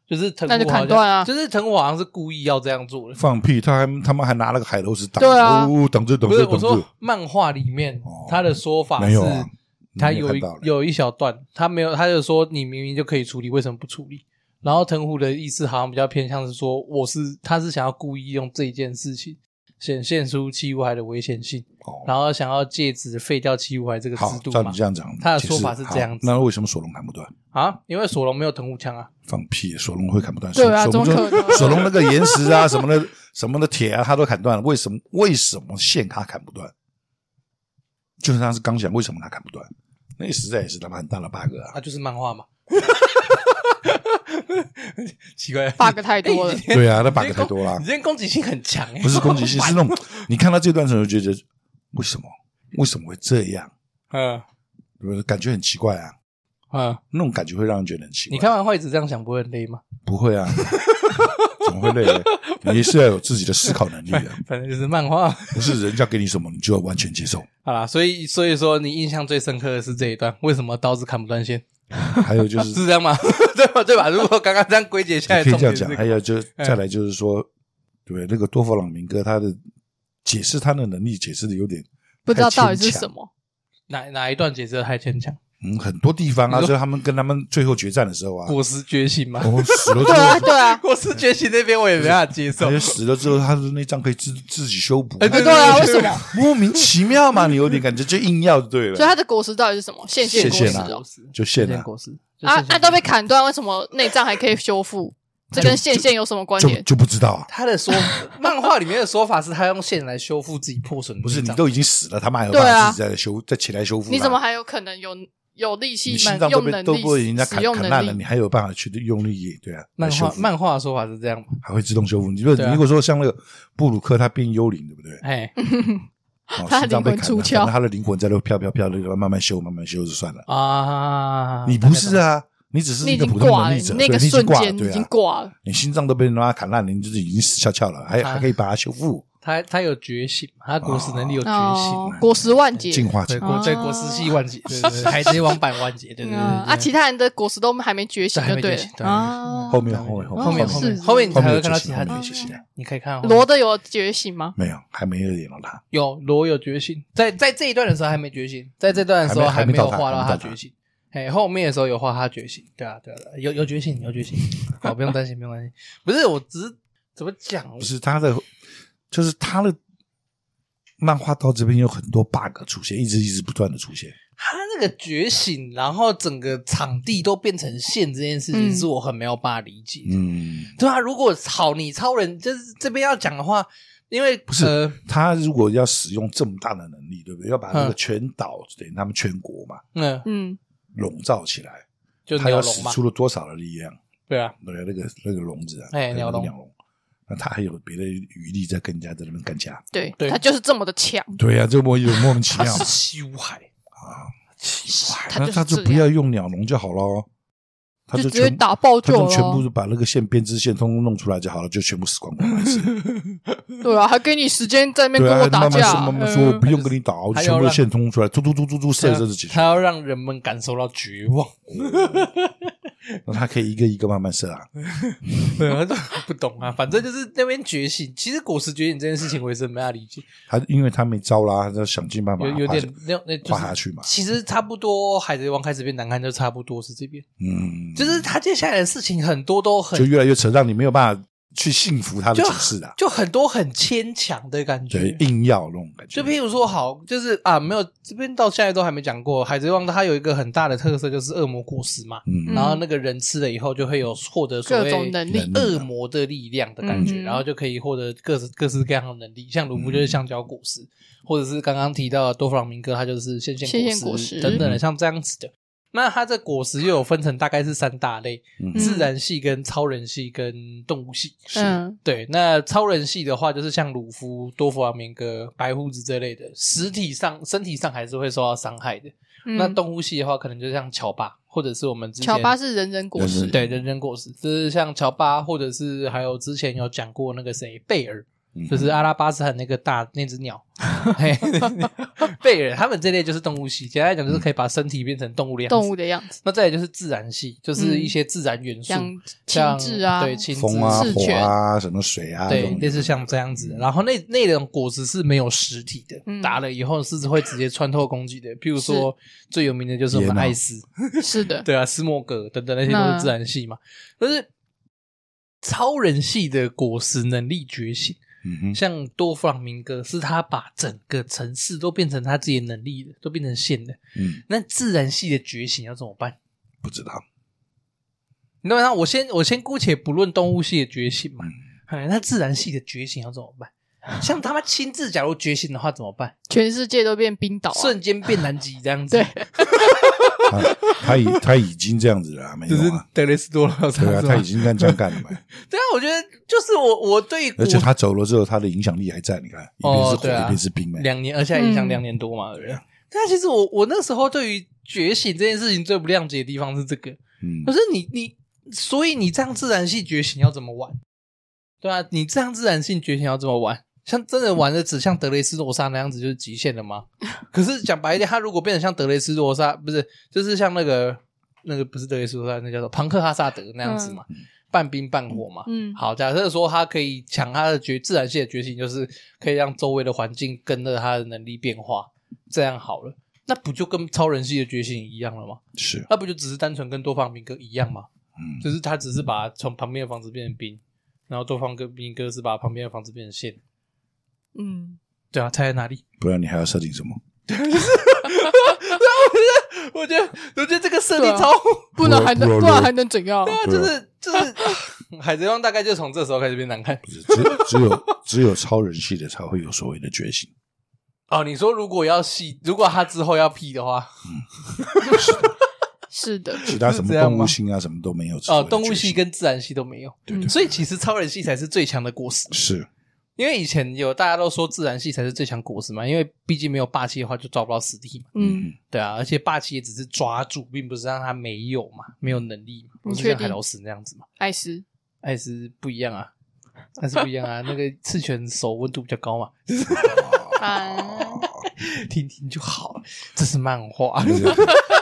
A: 就是藤虎
C: 那就砍
A: 好像
C: 断啊
A: 就是藤虎好像是故意要这样做的。
B: 放屁！他还他妈还拿那个海楼石挡，
C: 对啊
B: 哦，挡着挡
A: 不
B: 着
A: 是我
B: 挡着
A: 说，，漫画里面
B: 哦
A: 他的说法
B: 没
A: 是
B: 有啊，你
A: 他
B: 没
A: 有
B: 看
A: 一
B: 到嘞
A: 有一小段，他没有，他就说你明明就可以处理，为什么不处理？然后藤虎的意思好像比较偏向是说，我是他是想要故意用这一件事情显现出七五海的危险性，
B: 哦
A: 然后想要借此废掉七五海这个
B: 好
A: 制，度
B: 照
A: 嘛
B: 你这样讲，
A: 他的
B: 解
A: 说
B: 释
A: 法是
B: 好
A: 这样子
B: 那为什么索隆砍不断？
A: 啊，因为索隆没有藤虎枪啊，
B: 放屁！索隆会砍不断，
C: 对啊
B: 索
C: 怎么
B: 索隆
C: 可
B: 就
C: 能
B: 索隆那个岩石啊 什么的，什么的铁啊，他都砍断了。为什么？为什么线他砍不断？就是他是刚想，为什么他砍不断？那实在也是他妈很大的 bug 啊！
A: 啊就是漫 画嘛，奇 怪
C: bug 太多了
A: 哎你今天
B: 对啊，那 bug 太多了
A: 你今，天攻击性很强、欸，
B: 不是攻击性，是那种你看到这段时候就觉得为什么为什么会这样？
A: 嗯
B: 对不对感觉很奇怪啊，
A: 嗯，
B: 那种感觉会让人觉得很奇怪。
A: 你看完坏子这样想不会很累吗？
B: 不会啊， 怎么会累呢？你是要有自己的思考能力的，
A: 反正就是漫画。
B: 不是人家给你什么你就要完全接受。
A: 好啦，所以所以说你印象最深刻的是这一段，为什么刀子砍不断线？
B: 还有就是
A: 是这样吗？ 对吧？对吧？如果刚刚这样哎归结下来，
B: 你可以这样
A: 哎重点
B: 讲，
A: 是
B: 还有就再来就是说，对不对？那个多弗朗明哥他的解释他的能力解释的有点
C: 不知道到底
B: 太
C: 是
B: 牵强
C: 什么。
A: 哪哪一段解释的太牵强？
B: 嗯，很多地方啊，
A: 你说
B: 就是他们跟他们最后决战的时候啊，
A: 果实觉醒吗？
B: 我死了之
C: 对啊，
B: 后，
C: 对啊，
A: 果实觉醒那边我也没办法接受
B: 他。就死了之后，他的内脏可以自自己修补，
A: 哎
C: 对啊为什么？
B: 莫名其妙嘛？你有点感觉就硬要就对
C: 所以
B: 了，
C: 它的果实到底是什么？线
A: 谢
C: 线果
A: 谢
B: 线
C: 实
B: 啊
C: 哦。
B: 就现
A: 线
B: 了，
A: 果实
C: 啊，
A: 就
C: 啊
A: 线
C: 都被砍断，为什么内脏还可以修复？这跟线线有什么关
B: 就
C: 联？
B: 就不知道啊。
A: 他的 说，漫画里面的说法是他用线来修复自己破损的
B: 不是
A: 内
B: 你
A: 脏。
B: 都已经死了，他妈还有办
C: 对啊
B: 法自己再修、再起来修复它？
C: 你怎么还有可能有有力气
B: 你心
C: 蛮
B: 脏都
C: 用
B: 被
C: 能
B: 都
C: 力，
B: 被人家
C: 使
B: 砍
C: 用
B: 砍烂了，
C: 能
B: 你
C: 力，
B: 还有办法去用力，对啊，
A: 漫
B: 来修
A: 画
B: 复
A: 漫画的说法是这样嘛？
B: 还会自动修复。
C: 嗯
B: 你说
A: 对啊
B: 如果说像那个布鲁克他变幽灵，对不对？
A: 哎
B: 哦，
C: 他的
B: 心脏被
C: 灵魂
B: 砍
C: 出
B: 了，
C: 窍
B: 可能他的灵魂在那飘飘飘的，慢慢修，慢慢修就算了。
A: 啊，
B: 你不是啊，你只是
C: 你
B: 一
C: 已
B: 个
C: 经
B: 普通
C: 挂
B: 的
C: 了，
B: 例
C: 你
B: 子，
C: 那
B: 对
C: 个
B: 你已经
C: 瞬
B: 挂了，
C: 间
B: 对
C: 已经
B: 啊，
C: 挂了，
B: 你心脏都被人家砍烂了，你就是已经死翘翘了，还
A: 啊
B: 还可以把它修复，
A: 他他有觉醒，他国史能力有觉
C: 哦
A: 醒，，
C: 果实万劫。
B: 进化
A: 对
B: 进化。
A: 国
C: 哦
A: 对国史系万劫， 对对对海贼王版万劫，对对对对。
C: 嗯啊，其他人的果实都还没觉醒
A: 对还
C: 就
A: 没
C: 对
A: 觉醒
C: 了
A: 对
C: 啊。
B: 后面后面
A: 对后面
C: 哦
A: 后
C: 是
A: 面
C: 是
A: 后面你
B: 后
A: 才
B: 面
A: 会
B: 有
A: 看到
B: 觉
A: 其
B: 醒
A: 他
B: 后
A: 的觉
B: 面有觉
A: 醒啊
B: 醒，
A: 你可以看到
C: 罗的有觉醒吗？
B: 没有，还没有点到他，
A: 有罗有觉醒，在在这一段的时候还没觉醒，在这段的时候
B: 还没还没
A: 没有
B: 到达
A: 画到
B: 还没
A: 他
B: 到达
A: 觉醒，哎，后面的时候有画他觉醒，对啊对啊，对啊有有觉醒有觉 醒，好不用担心不用担心，不是我只是怎么讲，
B: 不是他的，就是他的漫画到这边有很多 bug 出现，一直一直不断的出现。
A: 他那个觉醒，然后整个场地都变成线这件事情，
C: 嗯
A: 是我很没有办法理解的。
B: 嗯，
A: 对啊，如果好，你超人就是这边要讲的话，因为不
B: 是
A: 呃、
B: 他如果要使用这么大的能力，对不对？要把那个
A: 嗯
B: 全岛等于他们全国嘛
A: 嗯，
C: 嗯，
B: 笼罩起来，
A: 就
B: 他
A: 鸟
B: 要
A: 笼
B: 使
A: 嘛，
B: 出了多少的力量？
A: 对啊，
B: 对，那个那个笼子啊，
A: 哎
B: 对
A: 鸟笼
B: 那个鸟笼，那他还有别的余力在跟人家在那边干架。
C: 对
A: 对，
C: 他就是这么的强，
B: 对呀、这莫有莫名其
A: 他
B: 妙
A: 是西乌海啊，西乌海
C: 他
B: 那
C: 就是
B: 他就
C: 这
B: 不
C: 样
B: 要用鸟笼就好咯，他
C: 就直接
B: 全
C: 打爆
B: 他
C: 就
B: 就
C: 了
B: 全部是把那个线编织线通通弄出来就好了，就全部死光光没 事。
C: 对啊，还给你时间在那边
B: 对
C: 跟
B: 啊
C: 我，打
B: 慢慢
C: 架，
B: 说慢慢说，我
C: 嗯
B: 不用跟你打，我
A: 他
B: 全
A: 要
B: 部
A: 让
B: 线通出来，突突突突突射射就解决
A: 他。要让人们感受到绝望。
B: 那他可以一个一个慢慢射啊。
A: 对啊，他就不懂
B: 嗯
A: 啊，反正就是那边觉醒。其实果实觉醒这件事情，我也是没法理解，
B: 他因为他没招啦，他要想尽办法
A: 有有
B: 画
A: 点那那就是
B: 画下去嘛。
A: 其实差不多，海贼王开始变难看，就差不多是这边。
B: 嗯，
A: 就是他接下来的事情很多都很
B: 就越来越扯，让你没有办法去信服他的
A: 就
B: 解释啊。
A: 就很多很牵强的感
B: 对
A: 觉，。
B: 硬要那种感觉。
A: 就譬如说，好，就是啊，没有这边到现在都还没讲过，《海贼王》它有一个很大的特色就是恶魔果实嘛，
B: 嗯
A: 然后那个人吃了以后就会有获得所
C: 各
A: 谓
C: 种能力
B: 能，
A: 恶魔的力量的感觉，
C: 嗯
A: 然后就可以获得各式各式各样的能力，像鲁夫
B: 嗯
A: 就是橡胶果实，或者是刚刚提到的多弗朗明哥，他就是线线
C: 线
A: 果
C: 线果实
A: 等等的，
B: 嗯
A: 像这样子的。那它这果实又有分成大概是三大类，
B: 嗯
A: 自然系、跟超人系、跟动物系。
C: 嗯，
A: 对，那超人系的话，就是像鲁夫、多弗朗明哥、白胡子这类的，实体上、身体上还是会受到伤害的。
C: 嗯
A: 那动物系的话，可能就像乔巴，或者是我们之前
C: 乔巴是人人果实，
B: 人
A: 对人人果实，就是像乔巴，或者是还有之前有讲过那个谁贝尔，
B: 嗯
A: 就是啊阿拉巴斯坦那个大那只鸟， 嘿贝尔，他们这类就是动物系。简单来讲，就是可以把身体变成动物的样子。
C: 动物的样子，
A: 那再来就是自然系，就是一些自然元素，
C: 像
A: 像
C: 情志啊，
A: 对，青
B: 风啊、
C: 自
B: 火
C: 觉
B: 啊、什么水啊，这
A: 对，
B: 种
A: 类似像这样子。然后那那种果实是没有实体的，
C: 嗯
A: 打了以后是会直接穿透攻击的。譬如
C: 是
A: 说最有名的就是我们
B: 椰奶
A: 艾斯，
C: 是的，
A: 对啊，斯莫格等等那些都是自然系嘛。但是超人系的果实能力觉醒，
B: 嗯哼，
A: 像多弗朗明哥是他把整个城市都变成他自己的能力的，都变成线的。
B: 嗯，
A: 那自然系的觉醒要怎么办？
B: 不知道，
A: 你懂吗？我先我先姑且不论动物系的觉醒嘛
B: 嗯，
A: 哎，那自然系的觉醒要怎么办？像他妈亲自假如觉醒的话怎么办？
C: 全世界都变冰岛啊，
A: 瞬间变南极这样子，
C: 对
B: 他 他已他已经这样子了啊，没
A: 就
B: 有
A: 是
B: 啊，
A: 德雷斯多劳
B: 对啊，
A: 萨是
B: 他
A: 吧
B: 已？经干这样干 了嘛，
A: 对啊，我觉得就是我我对
B: 而
A: 果
B: 且他走了之后，他的影响力还在，你看，一边是
A: 哦，
B: 火，
A: 对啊，
B: 一边是冰嘛，
A: 两年，而且还影响
C: 嗯
A: 两年多嘛。对啊但其实我我那时候对于觉醒这件事情最不谅解的地方是这个，
B: 嗯
A: 可，是你你，所以你这样自然系觉醒要怎么玩？对啊，你这样自然性觉醒要怎么玩？像真的玩的只像德雷斯罗莎那样子就是极限了吗？可是讲白一点，他如果变得像德雷斯罗莎，不是就是像那个那个不是德雷斯罗莎，那叫做庞克哈萨德那样子嘛，半冰半火嘛。
C: 嗯
A: 好，假设说他可以抢他的觉自然系的觉醒，就是可以让周围的环境跟着他的能力变化，这样好了，那不就跟超人系的觉醒一样了吗？
B: 是，
A: 那不就只是单纯跟多方明哥一样吗？
B: 嗯，
A: 就是他只是把从旁边的房子变成冰，然后多方跟明哥是把旁边的房子变成线。
C: 嗯，
A: 对啊，猜在哪里？
B: 不然你还要设定什么？
A: 我觉得，我觉得这个设
C: 对
A: 定
C: 啊
A: 超，
C: 不然还
B: 不
C: 能
B: 然
C: 不然还能怎样？
A: 啊、 就是就是， 海贼王大概就从这时候开始变难看。
B: 不是，只有只有只有超人系的才会有所谓的觉醒，
A: 哦，你说如果要戏，如果他之后要 P 的话，
C: 是的，
B: 其他什么
A: 是这样吗
B: 动物性啊，什么都没有。只有
A: 哦，动物
B: 决
A: 系
B: 心
A: 跟自然系都没有，
B: 对
C: 嗯
B: 对
A: 所以其实超人系才是最强的果实。
B: 是
A: 因为以前有大家都说自然系才是最强果实嘛，因为毕竟没有霸气的话就抓不到死地嘛。
C: 嗯，
A: 对啊，而且霸气也只是抓住，并不是让他没有嘛，没有能力嘛，
C: 你
A: 不是
C: 确
A: 像海
C: 定
A: 老死那样子嘛。
C: 艾斯，
A: 艾斯不一样啊，艾斯不一样啊，那个刺拳手温度比较高嘛，
C: 啊，
A: 听听就好了。这是漫画，
B: 那是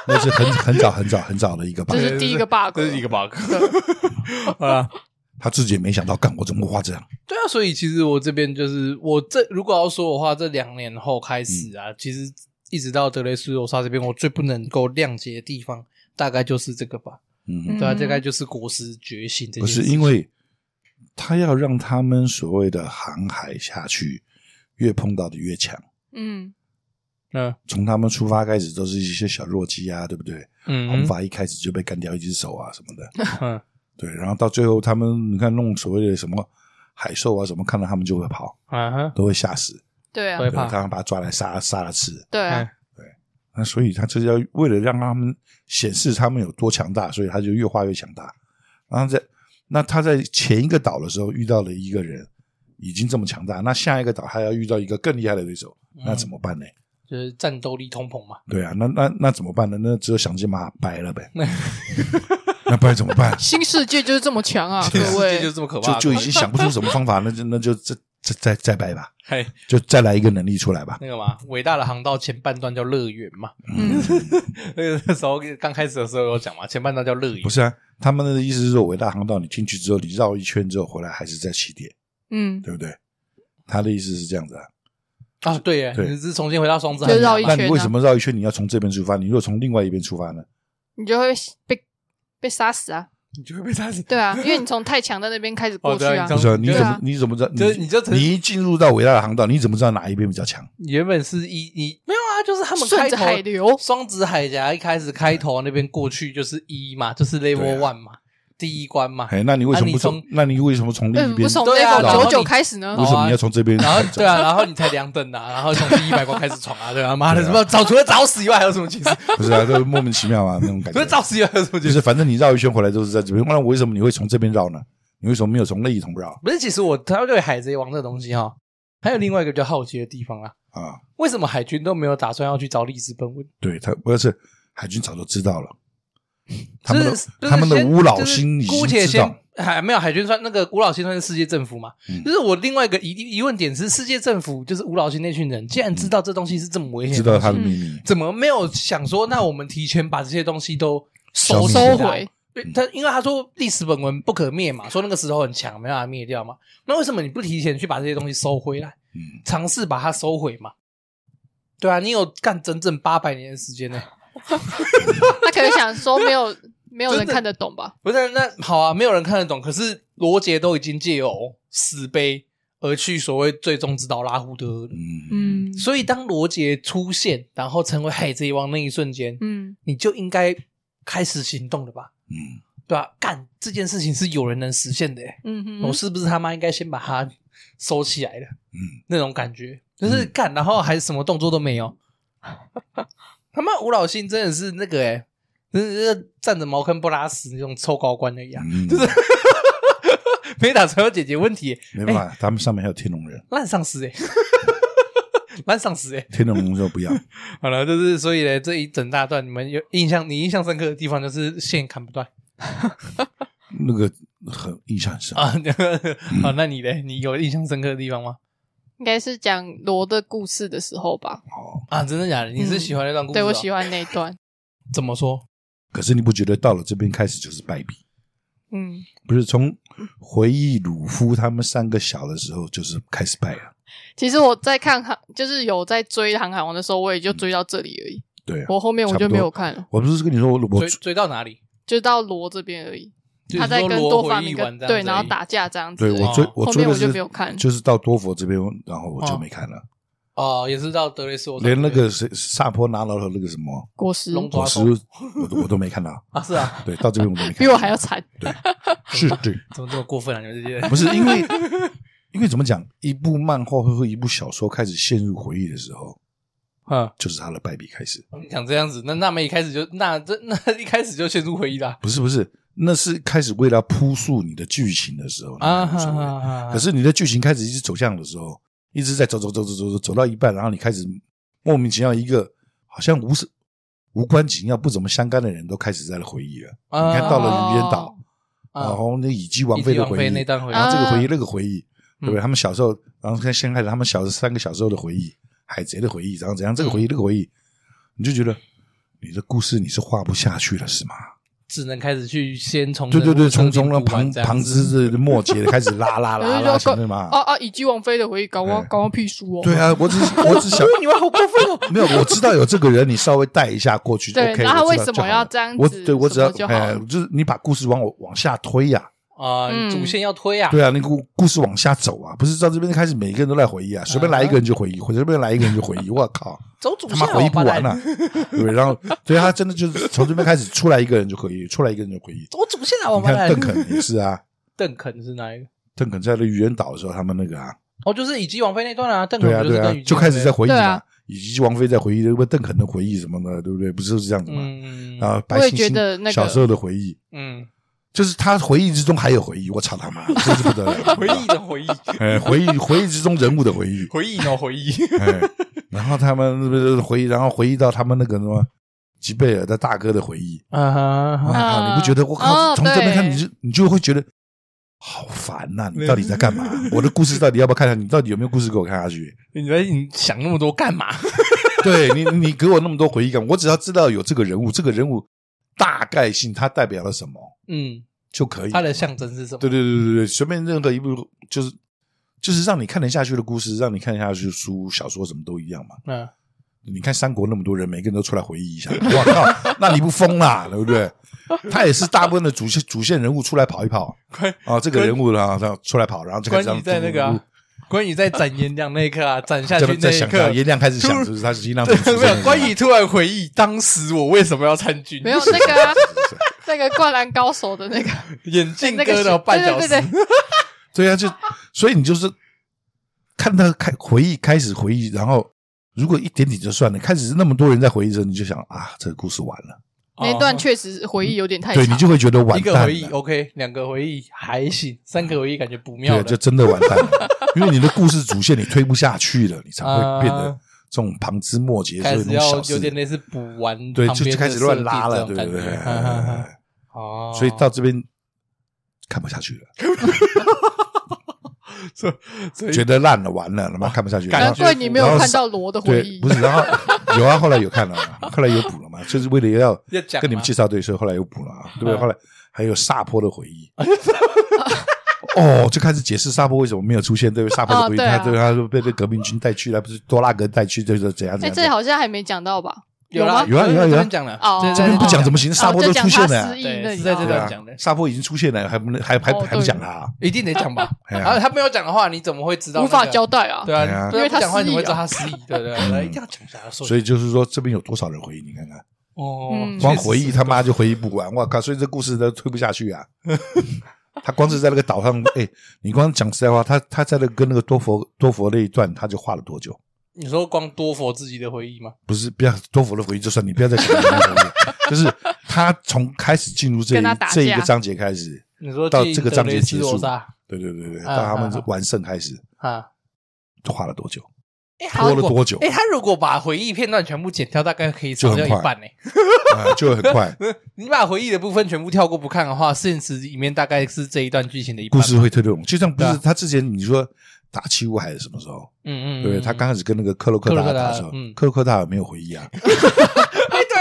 B: 那是很很早很早很早的一个吧
C: 这，是第一个 bug，
A: 这是一个 bug 啊。
B: 他自己也没想到，干我怎么画这样？
A: 对啊，所以其实我这边就是我这如果要说的话，这两年后开始啊，其实一直到德雷斯罗莎这边，我最不能够谅解的地方，大概就是这个吧。
B: 嗯，
A: 对啊，
C: 嗯
A: 大概就是国师觉醒这
B: 不
A: 件事
B: 是
A: 情。
B: 因为他要让他们所谓的航海下去，越碰到的越强。
C: 嗯
A: 嗯
B: 从他们出发开始，都是一些小弱鸡啊，对不对？红
A: 嗯
B: 发一开始就被干掉一只手啊什么的，
A: 嗯
B: 对。然后到最后，他们你看弄所谓的什么海兽啊什么，看到他们就会跑，
A: 啊哈，
B: 都会吓死，
C: 对啊
A: 对，
B: 对，
A: 怕
B: 刚刚把他抓来杀杀了吃。
C: 对
A: 嗯
C: 啊，
B: 那所以他这是要为了让他们显示他们有多强大，所以他就越画越强大。然后在那他在前一个岛的时候遇到了一个人已经这么强大，那下一个岛他要遇到一个更厉害的对手，那怎么办呢？
A: 就是战斗力通膨嘛。
B: 对啊，那那那怎么办呢？那只有想尽办法掰了呗。 那不然怎么 办？
C: 新世界就是这么强 啊，
A: 这
C: 各
A: 世界就
C: 位，
A: 这么可怕
B: 就
A: 的，
B: 就已经想不出什么方法，那就那就再再再再掰吧，
A: 嘿
B: 就再来一个能力出来吧。
A: 那个嘛，伟大的航道前半段叫乐园嘛。
C: 嗯，
A: 那个时候刚开始的时候有讲嘛，前半段叫乐园
B: 不。是啊，他们的意思是说，伟大航道你进去之后，你绕一圈之后回来还是在起点。
C: 嗯，
B: 对不对？他的意思是这样子啊。
A: 啊，对耶，
B: 对
A: 你是重新回到双子
C: 就
A: 海
C: 绕
A: 嘛
C: 一
B: 那
C: 圈啊
B: 你为什么绕一圈？你要从这边出发？你如果从另外一边出发呢？
C: 你就会被被杀死啊，
A: 你就会被杀死。
C: 对啊，因为你从太强的那边开始过去
A: 哦对啊
C: 啊
A: 你从，
B: 不是啊，你
A: 对
B: 怎
A: 啊
B: 么你怎么知道？
A: 就是你就只是
B: 你一进入到伟大的航道，你怎么知道哪一边比较强？
A: 原本是一你没有啊，就是他们开
C: 顺着
A: 头
C: 海流，
A: 双子海峡一开始开头那边过去就是一嘛，就是 level one 嘛，第一关嘛。
B: 哎，那你为什
A: 啊
B: 么
A: 你
B: 不
A: 从
B: 从？那你为什么从另
C: 嗯，
B: 一
C: 不
B: 边？
C: 从
A: 对啊
C: level
A: 然后
C: 九九
A: 你
C: 开始呢
B: 为？什么你要从这边？
A: 然后对啊，然后你才两等啊，然后从第一百关开始闯啊，对啊，妈的，
B: 对
A: 什
B: 啊
A: 么找除了找死以外还有什么解释？
B: 不是啊，就是莫名其妙啊那种感
A: 除了
B: 觉。
A: 找死以外还有什么解
B: 就
A: 释？
B: 是反正你绕一圈回来都是在这边，那为什么你会从这边绕呢？你为什么没有从那一头绕
A: 不是，其实我他对海贼王这东西哈、还有另外一个比较好奇的地方啊，
B: 啊？
A: 为什么海军都没有打算要去找历史本文？
B: 对他，不是海军早就知道了，他们
A: 就是就是
B: 的他们的
A: 先
B: 无老
A: 就是
B: 心已
A: 姑
B: 经
A: 且
B: 知道
A: 先，还没有海军算那个吴老心算是世界政府嘛？
B: 嗯
A: 就是我另外一个疑疑问点是，世界政府就是吴老心那群人，既然知道这东西是这么危险
B: 嗯知
A: 的
B: 道
A: 东西，
B: 他的秘密。
A: 怎么没有想说，那我们提前把这些东西都收
B: 消灭
C: 收回。
A: 对他因为他说历史本文不可灭嘛，说那个石头很强，没办法灭掉嘛。那为什么你不提前去把这些东西收回来，
B: 嗯，
A: 尝试把它收回嘛？对啊，你有干整整八百年的时间呢、
C: 他可能想说没有没有人
A: 真的
C: 看得懂吧？
A: 不是，那好啊，没有人看得懂。可是罗杰都已经借由死碑而去所谓最终指导拉胡德，
B: 嗯，
C: 嗯
A: 所以当罗杰出现，然后成为海贼王那一瞬间，
C: 嗯，
A: 你就应该开始行动了吧？
B: 嗯，
A: 对吧、干这件事情是有人能实现的、欸，
C: 嗯哼，
A: 我是不是他妈应该先把它收起来的？
B: 嗯，
A: 那种感觉就是
B: 嗯
A: 干，然后还什么动作都没有。他妈吴老信真的是那个哎、欸，真的是站着茅坑不拉屎那种臭高官而已啊！
B: 嗯，就是
A: 没打算要解决问题，
B: 没办法，他们上面还有天龙 人，
A: 烂上司哎、欸， 烂上司哎、欸。
B: 天龙人说不要，
A: 好了，就是所以呢，这一整大段你们有印象，你印象深刻的地方就是线砍不断
B: 那个很印象很深。
A: 啊。 好，那你嘞，你有印象深刻的地方吗？
C: 应该是讲罗的故事的时候吧？
B: 哦，
A: 啊，真的假的？你是喜欢那段故事、
C: 嗯对
A: 哦
C: 我喜欢那一段，
A: 怎么说？
B: 可是你不觉得到了这边开始就是败笔？
C: 嗯，
B: 不是从回忆鲁夫他们三个小的时候就是开始啊败了。
C: 其实我在看航，就是有在追《航海王》的时候，我也就追到这里而已。
B: 对啊，
C: 我后面我就没有看了，
B: 我不是跟你说，我我
A: 追追到哪里？
C: 就到罗这边而已。
A: 就是
C: 他在
A: 说
C: 跟
A: 罗
C: 多法
A: 回忆
C: 明
A: 完
C: 跟
A: 这样
C: 对，
A: 子
C: 然后
A: 而已
C: 打架这样子
B: 对
C: 而已。
B: 我追
A: 哦
C: 后
B: 追
C: 面
B: 的
C: 我就是没有看
B: 就是到多佛这边，然后我就
A: 哦
B: 没看了，
A: 哦，也是到德雷斯罗莎
B: 连那个谁萨坡拿了那个什么
C: 果实
A: 龙爪
B: 果实，
A: 手
B: 我都我都没看到。
A: 啊，是啊，
B: 对，到 这边我都没看到，
C: 比我还要惨。
B: 是对，
A: 怎么这么过分啊？你们这些人
B: 不是因为因为怎么讲，一部漫画或一部小说开始陷入回忆的时候，
A: 嗯，
B: 就是它的败笔开始。
A: 你想这样子，那娜美一开始就那这那 一开始就陷入回忆啦
B: 不是不是，那是开始为了铺述你的剧情的时候
A: 啊！
B: 那无所谓
A: 哈
B: 可是你的剧情开始一直走向的时候，一直在走走走走走走走到一半，然后你开始莫名其妙一个好像无事无关紧要、不怎么相干的人都开始在回忆了。
A: 啊
B: 你看到了云边岛，
A: 啊
B: 然后那以及王
A: 以
B: 妃
A: 及
B: 哦的
A: 王
B: 回
A: 妃
B: 忆，
A: 那段回忆
B: 然后这个
C: 啊
B: 回忆那个回忆，对不对？
A: 嗯
B: 他们小时候，然后看先开始他们小三个小时候的回忆，海贼的回忆，然后怎样这个
C: 嗯
B: 回忆那个回忆，你就觉得你的故事你是画不下去了，是吗？
A: 只能开始去先从
B: 对对对，从从那
A: 了
B: 旁 旁枝的末节的开始拉 拉拉拉，前面嘛
C: 啊。啊！以及王菲的回忆，搞我
B: 对
C: 搞我屁书哦。
B: 对啊，我只是我 只想，
A: 你们好过分哦！
B: 没有，我知道有这个人，你稍微带一下过去
C: 对
B: ，OK。
C: 然后为什么要这样子
B: 我对我只
C: 什
B: 要
C: 么就好
B: 哎，就是你把故事往我往下推呀、
A: 啊，
C: 嗯
A: 主线要推啊，
B: 对啊，那个故故事往下走啊，不是到这边开始每一个人都在回忆啊，随便来一个人就回忆，或者随便来一个人就回忆，我靠，
A: 走主
B: 他
A: 线
B: 妈
A: 啊
B: 回忆不完
A: 巴
B: 了、
A: 兰
B: 对不对？然后，所以他真的就是从这边开始出来一个人就回忆，出来一个人就回忆。
A: 走主线啊，王
B: 你
A: 八
B: 看
A: 蛋！
B: 邓肯也是啊，
A: 邓肯是哪一个？
B: 邓肯在那愚人岛的时候，他们那个啊，
A: 哦，就是以及王妃那段啊，邓肯
B: 对啊
A: 不就
B: 对
A: 是
B: 啊
A: 跟，
B: 就开始在回忆
C: 对
B: 嘛
C: 啊，
B: 以及王菲在回忆那个邓肯的回忆什么的，对不对？不是就是这样子嘛？
A: 嗯
B: 啊，白
C: 我也
B: 星
C: 觉得那
B: 星
C: 个
B: 小时候的回忆，
A: 嗯，
B: 就是他回忆之中还有回忆，我操他妈，真是不得 了！
A: 回忆的回忆，
B: 哎，回忆回忆之中人物的回忆，
A: 回忆呢回忆，
B: 哎，然后他们是不是回忆，然后回忆到他们那个什么吉贝尔的大哥的回忆，
A: 啊 哈哈
B: 我靠，
C: 啊
B: 你不觉得？我靠，
C: 哦
B: 从这边看
C: 对
B: 你就你就会觉得好烦呐、你到底在干 嘛？我的故事到底要不要看下去？你到底有没有故事给我看下去？
A: 你在你想那么多干嘛？
B: 对你，你给我那么多回忆感，我只要知道有这个人物，这个人物大概性他代表了什么
A: 嗯，
B: 就可以。
A: 它的象征是什么？
B: 对对对对对，随便任何一部就是就是让你看得下去的故事，让你看得下去的书、小说什么都一样嘛。
A: 嗯，
B: 你看三国那么多人，每个人都出来回忆一下，我靠，那你不疯啦，对不对？他也是大部分的主线主线人物出来跑一跑
A: 关
B: 啊，这个人物然后然后出来跑，然后就开
A: 关
B: 始这样嗯
A: 羽在那个、啊，关羽在斩颜良那一刻啊，斩下
B: 这
A: 去
B: 样
A: 那
B: 在
A: 一
B: 想象，
A: 刻，
B: 颜亮开始想，
A: 突
B: 就是他是音量
A: 对，没有关羽突然回忆，当时我为什么要参军？
C: 没有那 个啊那个灌篮高手的 那个
A: 眼镜
C: 那个
A: 割
C: 是
A: 了半小时，
C: 对对对对，
B: 对啊，就所以你就是看他开回忆，开始回忆，然后如果一点点就算了，开始那么多人在回忆的时候，你就想啊，这个故事完了，
A: 哦
C: 那一段确实回忆有点太
B: 对你
C: 长。
B: 就会觉得哦完
A: 一
B: 蛋
A: 个
B: 了，
A: 回忆 OK，两个回忆还行，三个回忆感觉不妙
B: 对，
A: 了。
B: 就真的完蛋 了，因为你的故事主线你推不下去了，你才会变得
A: 啊
B: 这种旁枝末节，所
A: 开
B: 以
A: 始
B: 那种
A: 要
B: 小
A: 有点
B: 事，
A: 类似补完，
B: 对，就就开始乱拉了，对
A: 感
B: 不对
A: 觉。？
B: 哎哎哎哎
A: 哦，
B: 所以到这边看不下去了，
A: 所以
B: 觉得烂了，完了，他妈看不下去了，
A: 感
B: 然
C: 难
B: 后
A: 觉
C: 怪你没有
B: 然后
C: 看到罗的回
B: 对，
C: 忆
B: 不，是，然后有啊，后来有看了嘛，后来有补了嘛，就是为了要
A: 要讲
B: 跟你们
A: 吗
B: 介绍对，所以后来有补了啊，对不对？
A: 嗯
B: 后来还有萨坡的回 忆，哦，就开始解释萨坡为什么没有出现，对不对？萨坡的
C: 哦
B: 回忆，
C: 对
B: 他
C: 啊
B: 对他说被那革命军带去了，不是多拉格带去，就是怎样怎
C: 哎，
B: 样
C: 这
B: 怎样。
C: 好像还没讲到吧？
A: 有啦
C: 吗？
B: 有啊有啊
A: 这
B: 有啊
A: 边讲了
C: 哦，
B: 这边不讲怎么行？
C: 哦
B: 萨坡都出现
C: 就
B: 了
C: 讲他
B: 啊
C: 失，忆
A: 对
C: 那里
A: 是在这
C: 哦
A: 段
B: 对啊
A: 讲的
B: 萨坡已经出现了，还不能还还
C: 哦
B: 还不讲
C: 对
B: 他啊，
A: 一定得讲吧？
B: 哎呀
A: 然后他没有讲的话，你怎么会知道那
C: 无
A: 个？
C: 法交代啊。
A: 对
B: 对啊
A: 啊，对啊
C: 因为他
A: 不讲话
C: 失忆
A: 你会知道
C: 啊
A: 他失忆，对对对，哎一定要讲一下。所
B: 嗯所以就是说这边有多少人回忆？你看看，
A: 哦，
C: 嗯
B: 光
A: 确实
B: 回忆
A: 是
B: 他妈就回忆不完，我靠！所以这故事都推不下去 啊。他光是在那个岛上，哎、你光讲实在话，他他在那个跟那个多佛多佛那一段，他就画了多久？
A: 你说光多佛自己的回忆吗？
B: 不是，不要多佛的回忆就算，你不要再讲他的回忆就是他从开始进入这一
C: 跟他打架
B: 这一个章节开始，
A: 你说
B: 到
A: 基
B: 这个
A: 德
B: 章节
A: 雷
B: 结
A: 斯
B: 束
A: 罗莎
B: 对对对对，
A: 啊
B: 到他们
A: 啊啊
B: 完胜开始，
A: 啊，
B: 画了多久？
A: 哎，他
B: 拖
A: 如
B: 了
A: 果
B: 多久？
A: 哎，他如果把回忆片段全部剪掉，大概可以少
B: 就
A: 掉
B: 很
A: 一
B: 快
A: 半呢。
B: 啊，就很快，
A: 你把回忆的部分全部跳过不看的话，现实里面大概是这一段剧情的一半
B: 故
A: 吧。
B: 事会推动。就像不
A: 对
B: 是
A: 啊
B: 他之前你说打七五海是什么时候？
A: 嗯嗯，嗯
B: 对不对？他刚开始跟那个克洛克达
A: 克洛克达
B: 打的时候
A: 嗯，
B: 克洛克达没有回忆啊，
A: 哎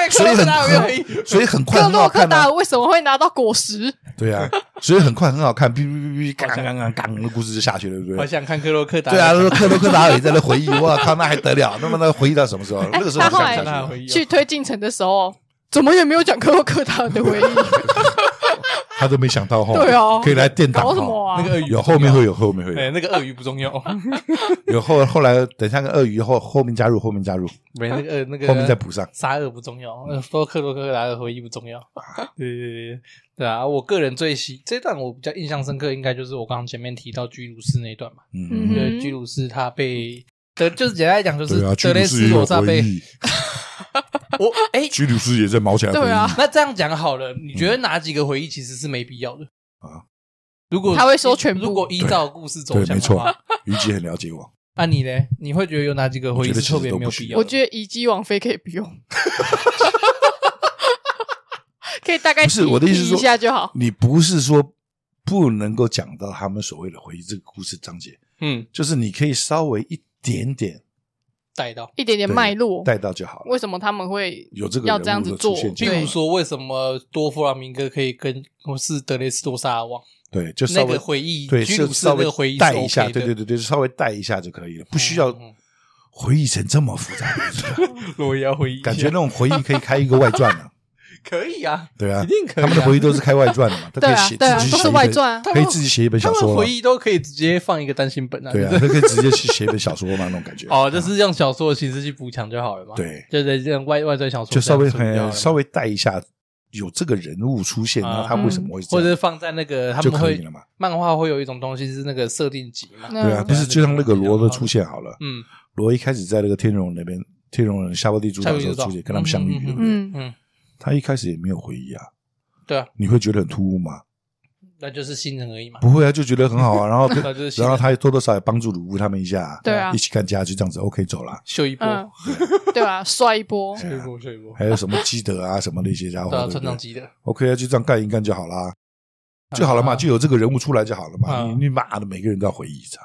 A: 对，
B: 所
A: 克洛克
B: 以很
A: 达有没有回忆？
B: 所以很快
C: 克
B: 很好
C: 洛克
B: 看啊
C: 达，为什么会拿到果实？
B: 对啊，所以很快很好看，哔哔哔哔，嘎嘎嘎嘎，那故事就下去了，对不
A: 好
B: 对？
A: 想看克洛克达。
B: 对啊，那个克洛克达尔也在那回忆，我靠，那还得了？那么那回忆到什么时候？那个时候
C: 他
B: 就
C: 后
B: 想
C: 来
A: 看他的
B: 下
A: 回
B: 哎去，
A: 忆哦，
C: 去推进城的时候，怎么也没有讲克洛克达的回忆。
B: 他都没想到哈，
C: 对啊
B: 可以来电档
C: 搞
B: 哈
C: 什么啊？
A: 那个鳄鱼
B: 有后面会有后面会
A: 哎、
B: 有
A: 那个鳄鱼不 重要，
B: 有后后来等一下个鳄鱼后后面加入后面加入
A: 没那个呃那个
B: 后面再补上，
A: 沙俄不重要，呃说克罗克达的回忆不重 要。对对对对对啊！我个人最喜这段我比较印象深刻，应该就是我刚刚前面提到居鲁士那一段嘛。
B: 嗯
C: 嗯
A: 因
C: 哼
A: 为居鲁士他被德，就是简单来讲就是
B: 对啊，居
A: 德
B: 鲁
A: 雷
B: 士
A: 斯
B: 也
A: 罗
B: 有
A: 萨
B: 回
A: 被
B: 忆，
A: 我哎，
B: 居鲁士也在毛起来回忆
C: 对啊
A: 那这样讲好了，你觉得哪几个回忆其实是没必要的
B: 嗯啊？
A: 如果
C: 他会说全部
A: 如果依照故事走
B: 对，
A: 向
B: 没
A: 的
B: 错
A: 话，，
B: 虞姬很了解我，
A: 那你呢？你会觉得有哪几个回忆是特别没有必要的？
C: 我觉得以鸡网飞可以不 用，可以大概
B: 不是
C: 提
B: 我的意思是
C: 提
B: 说
C: 一下就好。
B: 你不是说不能够讲到他们所谓的回忆这个故事章节，
A: 嗯，
B: 就是你可以稍微一点点
A: 带到，
C: 一点点
B: 对
C: 脉络，
B: 带到就好了。
C: 为什么他们会
B: 有这个
C: 要
B: 人
C: 这样
B: 物
C: 子
B: 的
C: 做
B: 出？现
A: 比如
B: 就
C: 对，
A: 说为什么多弗朗明哥可以跟我是德雷斯多萨王
B: 对，就稍
A: 那
B: 微
A: 个回忆，
B: 对，
A: 居
B: 就
A: 鲁士
B: 稍
A: 那
B: 微
A: 个回忆是
B: 带一下，
A: OK 的
B: 对对对对，稍微带一下就可以了，不需要
A: 嗯嗯
B: 回忆成这么复杂。
A: 我也要回忆一下，
B: 感觉那种回忆可以开一个外传 了，
A: 可以啊，
B: 对啊
A: 一，定可以啊。
B: 他们的回忆都是开外传的嘛，他
C: 对
B: 可以
C: 啊
B: 写
C: 对啊
B: 自己
C: 都是
B: 写一
C: 外
B: 本
C: 传啊
B: 可以自己写一本
A: 他
B: 小
A: 们
B: 说
A: 回
B: 了，
A: 忆都可以直接放一个单行本啊，
B: 对啊，那可以直接去写一本小说嘛，那种感觉。
A: 哦，就是用小说的形式去补强就好了嘛。，
B: 对，
A: 就是这样外外传小说
B: 就稍微
A: 这样处理掉
B: 很
A: 了
B: 稍微带一下，有这个人物出现，
A: 啊
B: 那他为什么会这
A: 或
B: 样
A: 者是放在那个他
B: 就
A: 们
B: 可
A: 会
B: 以了嘛？
A: 漫画会有一种东西是那个设定集嘛。
B: 对啊，
C: 嗯
B: 不是就像那个罗的出现好了，
A: 嗯
B: 罗一开始在那个天龙人那边，天龙人夏波地主导的时候出现，跟他们相遇，
A: 嗯
B: 对不对？
C: 嗯，
A: 嗯，
B: 他一开始也没有回忆啊，
A: 对啊，
B: 你会觉得很突兀吗？
A: 那就是新人而已嘛。
B: 不会啊，就觉得很好啊，然后跟
A: 那就是新
B: 然后
A: 人
B: 他也多多少少也帮助鲁夫他们一下，
C: 对啊
B: 一起干家就这样子，OK 走了。
A: 秀一波，
C: 嗯， 对啊，帅一波，
A: 秀一波，秀一波，
B: 还有什么基德啊什么那些家伙，
A: 对啊，
B: 对
A: 成
B: 不
A: 长
B: 对
A: 级的，
B: ？OK 啊，就这样干一干就好啦，
A: 嗯
B: 就好了嘛，就有这个人物出来就好了嘛。
A: 啊
B: 你你妈的，每个人都要回忆一下，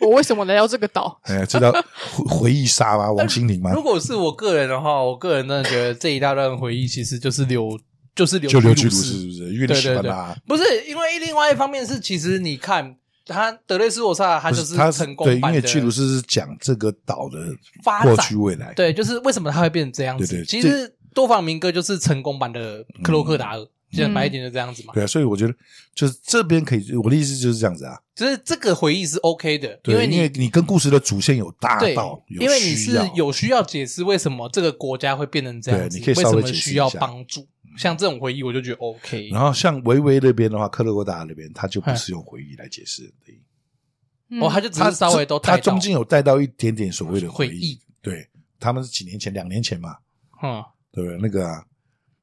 C: 我为什么来到这个岛？
B: 哎呀，知道回回忆杀吗？王心凌吗？
A: 如果是我个人的话，我个人真的觉得这一大段回忆其实就是留，就是留
B: 就刘居
A: 居
B: 鲁
A: 鲁
B: 士是
A: 士
B: 不是？因为你喜欢
A: 对对对
B: 他，
A: 不是因为另外一方面是，其实你看他德雷斯罗萨，他
B: 不
A: 就是
B: 他
A: 成功
B: 对，因
A: 版
B: 为
A: 的
B: 居鲁士是讲这个岛的
A: 发
B: 过
A: 展
B: 去未来，
A: 对，就是为什么他会变成这样子？
B: 对对
A: 其实多方明哥就是成功版的克洛克达尔，讲、白一点就这样子嘛。
B: 嗯对啊，所以我觉得就是这边可以，我的意思就是这样子啊，
A: 就是这个回忆是 OK 的，因
B: 对，
A: 为
B: 因为
A: 你。
B: 你跟故事的主线有搭
A: 对
B: 到，，有
A: 因为你
B: 需
A: 是
B: 要
A: 有需要解释为什么这个国家会变成这样子，
B: 对你可以稍微
A: 为什么
B: 解释一
A: 需要
B: 下
A: 帮助，像这种回忆我就觉得 OK。
B: 然后像维维那边的话，克勒国达那边他就不是用回忆来解释的，
C: 嗯
A: 哦，他就只
B: 他
A: 是稍微都带
B: 他
A: 到
B: 中间有带到一点点所谓的
A: 回
B: 忆
A: 忆，
B: 对，他们是几年前，两年前嘛，
A: 嗯，
B: 对不对？那个啊，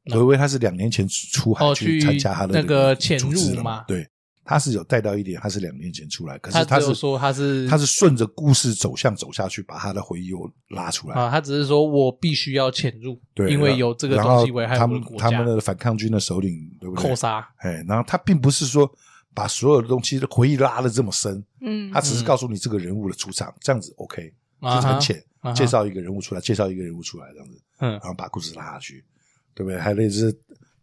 A: 那
B: 维维他是两年前出海
A: 哦
B: 去
A: 去
B: 参加他的
A: 那个潜
B: 组织
A: 入
B: 了
A: 嘛
B: 嘛，对，他是有带到一点，他是两年前出来，可
A: 他
B: 是他
A: 只有
B: 是
A: 说他是
B: 他是顺着故事走向走下去，把他的回忆又拉出来，
A: 啊，他只是说我必须要潜入，
B: 对，
A: 因为有这个
B: 然
A: 东
B: 后
A: 西危害
B: 他
A: 我的
B: 们
A: 国家，
B: 他们的反抗军的首领，对不对
A: 扣？杀，
B: 哎，然后他并不是说把所有的东西的回忆拉的这么深，
C: 嗯
B: 他只是告诉你这个人物的出场，这样子 OK，就是
A: 啊哈
B: 很浅
A: 啊哈，
B: 介绍一个人物出来，介绍一个人物出来这样子，
A: 嗯
B: 然后把故事拉下去，对不对？还有那只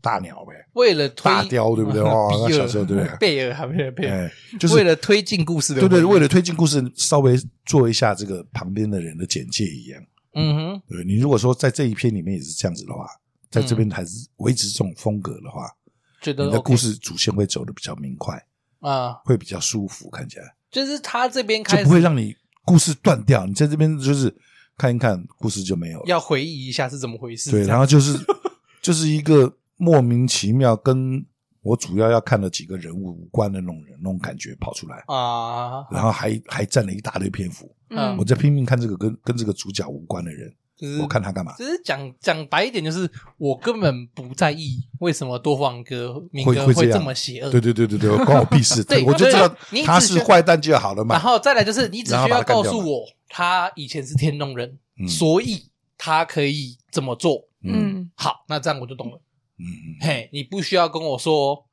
B: 大鸟呗，
A: 为了推
B: 大雕对不 对哦那
A: 比尔
B: 小时候对不对
A: 贝尔还不是贝尔，
B: 哎，就是
A: 为了推进故事的，
B: 对对，为，了推进故事，稍微做一下这个旁边的人的简介一样。
A: 嗯哼，
B: 对你如果说在这一篇里面也是这样子的话，在这边还是维持这种风格的话，
A: 嗯觉得
B: 你的
A: OK
B: 故事主线会走的比较明快，
A: 啊，
B: 会比较舒服，看起来
A: 就是他这边
B: 就
A: 开
B: 不会
A: 始
B: 让你故事断掉。你在这边就是看一看，故事就没有了。
A: 要回忆一下是怎么回事，
B: 对，
A: 这
B: 然
A: 样
B: 后就是 就是一个莫名其妙跟我主要要看的几个人物无关的那种人那种感觉跑出来，
A: 啊，
B: 然后还还占了一大堆篇幅。
A: 嗯
B: 我在拼命看这个跟跟这个主角无关的人，
A: 就是
B: 我看他干嘛？
A: 只是讲讲白一点，就是我根本不在意为什么多方哥明
B: 会
A: 哥
B: 会这样
A: 这么邪恶，
B: 对对对对对，关我屁 事
A: 对！
B: 我就知道
A: 对
B: 他
A: 你只
B: 是
A: 需
B: 坏蛋就好了
A: 然
B: 嘛。
A: 后再来就是，你只
B: 然后
A: 需
B: 把
A: 要
B: 它干
A: 告
B: 掉
A: 诉
B: 嘛
A: 我，他以前是天龙人，
B: 嗯
A: 所以他可以这么做。
B: 嗯
C: 嗯
A: 好，那这样我就懂了。
B: 嗯嗯
A: 嘿，你不需要跟我说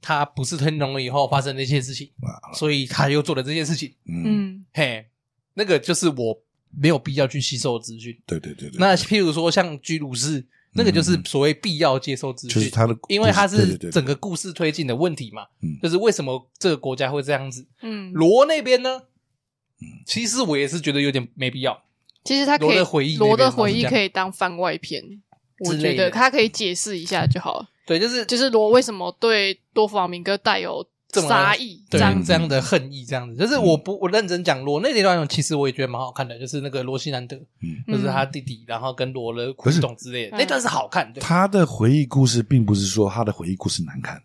A: 他不是天龙人以后发生的一些事情，
B: 啊
A: 所以他又做了这件事情。
B: 嗯，
C: 嗯
A: 嘿，那个就是我没有必要去吸收的资讯。
B: 对对对对，
A: 那譬如说像居鲁士，那个就是所谓必要接收资讯，
B: 就是他的故事，
A: 因为它
B: 对
A: 是
B: 对对
A: 整个故事推进的问题嘛，
B: 嗯
A: 就是为什么这个国家会这样子。
C: 嗯，
A: 罗那边呢，
B: 嗯
A: 其实我也是觉得有点没必要。
C: 其实他可
A: 罗
C: 以
A: 的回忆那边
C: 罗的
A: 老实
C: 回忆
A: 讲
C: 可以当番外篇，我
A: 之
C: 觉
A: 类的
C: 得他可以解释一下就好了，
A: 对，就是
C: 就是罗为什么对多弗朗明哥带有
A: 这么
C: 杀意？
A: 对
C: 这样
A: 这样的恨意，这样子，就是我不我认真讲罗那那段内容，其实我也觉得蛮好看的，就是那个罗西南德，
B: 嗯
A: 就是他弟弟，然后跟罗的苦
B: 可是
A: 懂之类的
C: 嗯
A: 那段是好看的，
B: 他的回忆故事并不是说他的回忆故事难看，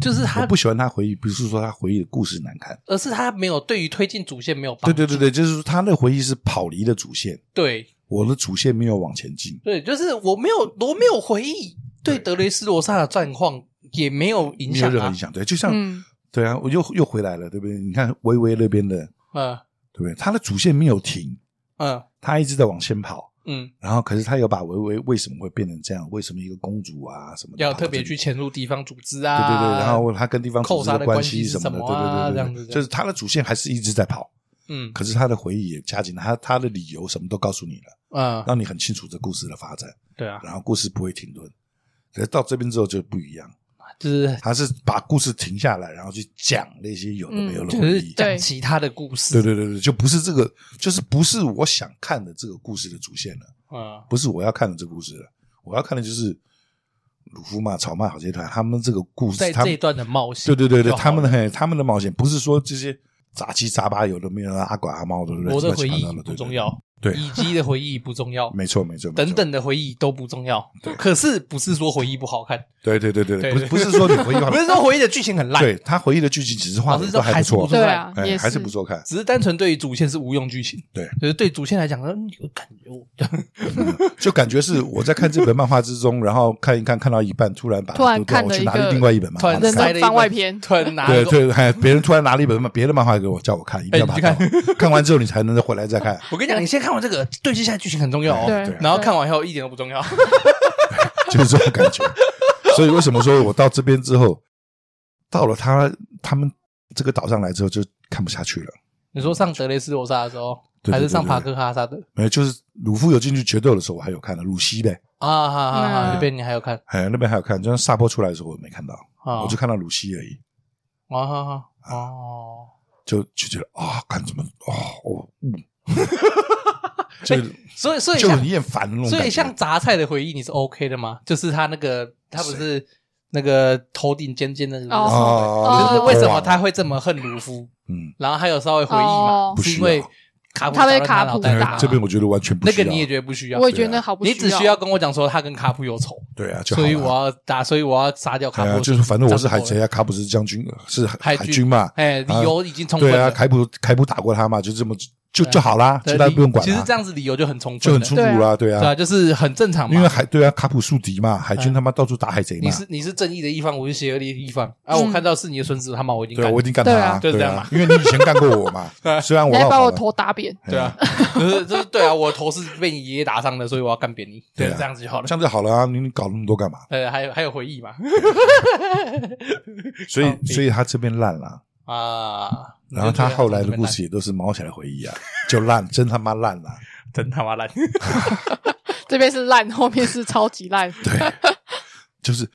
A: 就是
B: 我
A: 他
B: 不喜欢他回忆，不是说他回忆的故事难看。
A: 而是他没有对于推进主线没有帮
B: 对
A: 助，
B: 对对对，就是说他的回忆是跑离了主线，
A: 对
B: 我的主线没有往前进。
A: 对，就是我没有罗没有回忆，对德雷斯罗萨的战况也没有影
B: 没有
A: 响
B: 任何
A: 啊
B: 影，响。对，就像、
C: 嗯
B: 对啊，我又又回来了，对不对？你看维维那边的，
A: 嗯
B: 对不对？他的主线没有停，
A: 嗯
B: 他一直在往前跑。
A: 嗯，
B: 然后，可是他有把维维为什么会变成这样？为什么一个公主啊什么的
A: 要
B: 跑到
A: 特别
B: 这里
A: 去
B: 对
A: 潜入地方组织
B: 对
A: 啊，
B: 对，然后他跟地方组
A: 扣
B: 织
A: 杀的
B: 关
A: 系是
B: 什
A: 什
B: 么的，
A: 么啊这
B: 对对对
A: 样
B: 对
A: 子，
B: 对，就是他的主线还是一直在跑，
A: 嗯
B: 可是他的回忆也加紧了，他他的理由什么都告诉你了，
A: 嗯，
B: 让你很清楚这故事的发展，
A: 对啊，
B: 然后故事不会停顿。可是到这边之后就不一样，
A: 就是
B: 他是把故事停下来，然后去讲那些有的没有的
A: 嗯就
B: 回
A: 是
B: 忆。
A: 讲
C: 对
A: 其他的故事，
B: 对对对对，就不是这个，就是不是我想看的这个故事的主线了，
A: 嗯
B: 不是我要看的这个故事了。我要看的就是鲁夫嘛、草漫好集团他们这个故事，
A: 在
B: 他
A: 这一
B: 们
A: 段的冒险就
B: 对
A: 好了，
B: 对对对，他们的嘿他们的冒险，不是说这些杂七杂八有的没有的阿狗阿猫的，对不对？
A: 罗的
B: 乱
A: 回
B: 七八
A: 忆
B: 糟的
A: 不重，要，
B: 对对
A: 以及的回忆不重要
B: 对，没错没错，没错
A: 等，等的回忆都不重要。可是不是说回忆不好看，
B: 对对对对
A: 对
B: 对，不是不是说你回忆好
A: 不是说回忆的剧情很烂，
B: 对他回忆的剧情只是画
A: 老
B: 的
A: 师
B: 都
A: 说
B: 还
A: 还
B: 不
A: 是不
B: 错
A: 错，
C: 对
A: 看，
C: 啊，
B: 哎，
C: 也
B: 还是不 错看，
A: 只是单纯对于主线是无用剧情。
B: 对，
A: 就是对主线来讲， 嗯，有感觉我
B: 嗯就感觉是我在看这本漫画之中，然后看一看看到一半，突然把
C: 突然
B: 我
C: 看了
B: 去
C: 一
B: 拿
C: 个
B: 另外一本漫
A: 突
B: 画
A: 然
B: 来
C: 真
B: 看
C: 的。
A: 塞了一
C: 番
A: 本
C: 外篇
A: 突然拿
B: 对
A: 了个。
B: 对，还别人突然拿了一本别的漫画给我，叫我看，一定要把它看完。看完之后，你才能再回来再看。
A: 我跟你讲，你先看完这个，对接下来剧情很重要哦。
C: 嗯对
A: 然后看完以后一点都不重 要。
B: 就是这种感觉。所以为什么说我到这边之后，到了他他们这个岛上来之后就看不下去了？
A: 你说上德雷斯罗萨的时候，
B: 对对对
A: 还是上
B: 对对
A: 帕克哈萨德
B: 没有，就是鲁夫有进去决斗的时候，我还有看的，鲁西呗，
A: 啊？哈哈哈，
C: 嗯
A: 那边你还有看
B: 哎，那边还有看，就是萨波出来的时候我没看到，
A: 啊？
B: 我就看到鲁西而已，
A: 啊哈哈 哦，
B: 就就觉得啊，看怎么哦，我 嗯，就
A: 所以所以
B: 就
A: 像
B: 很厌烦那种感
A: 所
B: 觉。
A: 以像杂菜的回忆你是 OK 的吗？就是他那个他不是那个头顶尖尖的那个人
C: 哦
B: 啊，
A: 就是
C: 哦
A: 为什么他会这么恨鲁夫？
B: 嗯，
A: 然后还有稍微回忆嘛
C: 哦，
B: 不
A: 是因
B: 需要
A: 为卡普
C: 他被
A: 找到他
C: 卡
A: 脑
C: 普
A: 袋
C: 打
A: 嘛
B: 这边我觉得完全不
A: 那
B: 需
A: 个
B: 要。
A: 你也觉得不需要
C: 我，也觉得好不
A: 你只需要跟我讲说他跟卡普有仇，
B: 对啊，就好
A: 所
B: 了
A: 以我要打，所以我要杀掉卡
B: 哎呀
A: 普。
B: 就是反正我是海贼
A: 啊，
B: 啊，卡普是将军，是海
A: 海
B: 海
A: 军
B: 军嘛，
A: 哎，理由已经充分
B: 对啊，
A: 了，
B: 凯普凯普打过他嘛，就这么就
A: 对啊
B: 就好啦，
A: 对
B: 其他不用管
A: 其实
B: 啦
A: 这，样子理由就很充
B: 就
A: 分
B: 很
A: 了，
B: 出服啦，对
A: 对啊，
B: 啊，
A: 就是很正常嘛。
B: 因为海对啊，卡普树敌嘛，海军他妈到处打海贼嘛
A: 你，是你是正义的一方，我是邪恶的一方啊！我
C: 嗯
A: 看到是你的孙子，他妈我已经
B: 对啊，
A: 干
B: 我一定干他
C: 对
B: 啊，
C: 啊
A: 就是
B: 对
A: 这样
B: 啊，因为你以前干过我 嘛，虽然
C: 你
B: 我
C: 还
B: 老
C: 把我
B: 婆
C: 头
B: 了
C: 打扁，
A: 对啊， 就是就是对啊，我的头是被你爷爷打伤的，所以我要干扁你，
B: 对啊
A: 这样子就好了
B: 这。样就好了啊，你你搞那么多干嘛？
A: 呃，还有还有回忆嘛？
B: 所
A: 好
B: 以所以他这边烂了，
A: 啊，
B: 然后他后来的故
A: 你就觉得他这边
B: 事也都是毛起来回忆啊，就烂，真他妈烂 啊了，
A: 烂真他妈烂，
C: 这边是 烂，后面是超级烂，
B: 对，就是。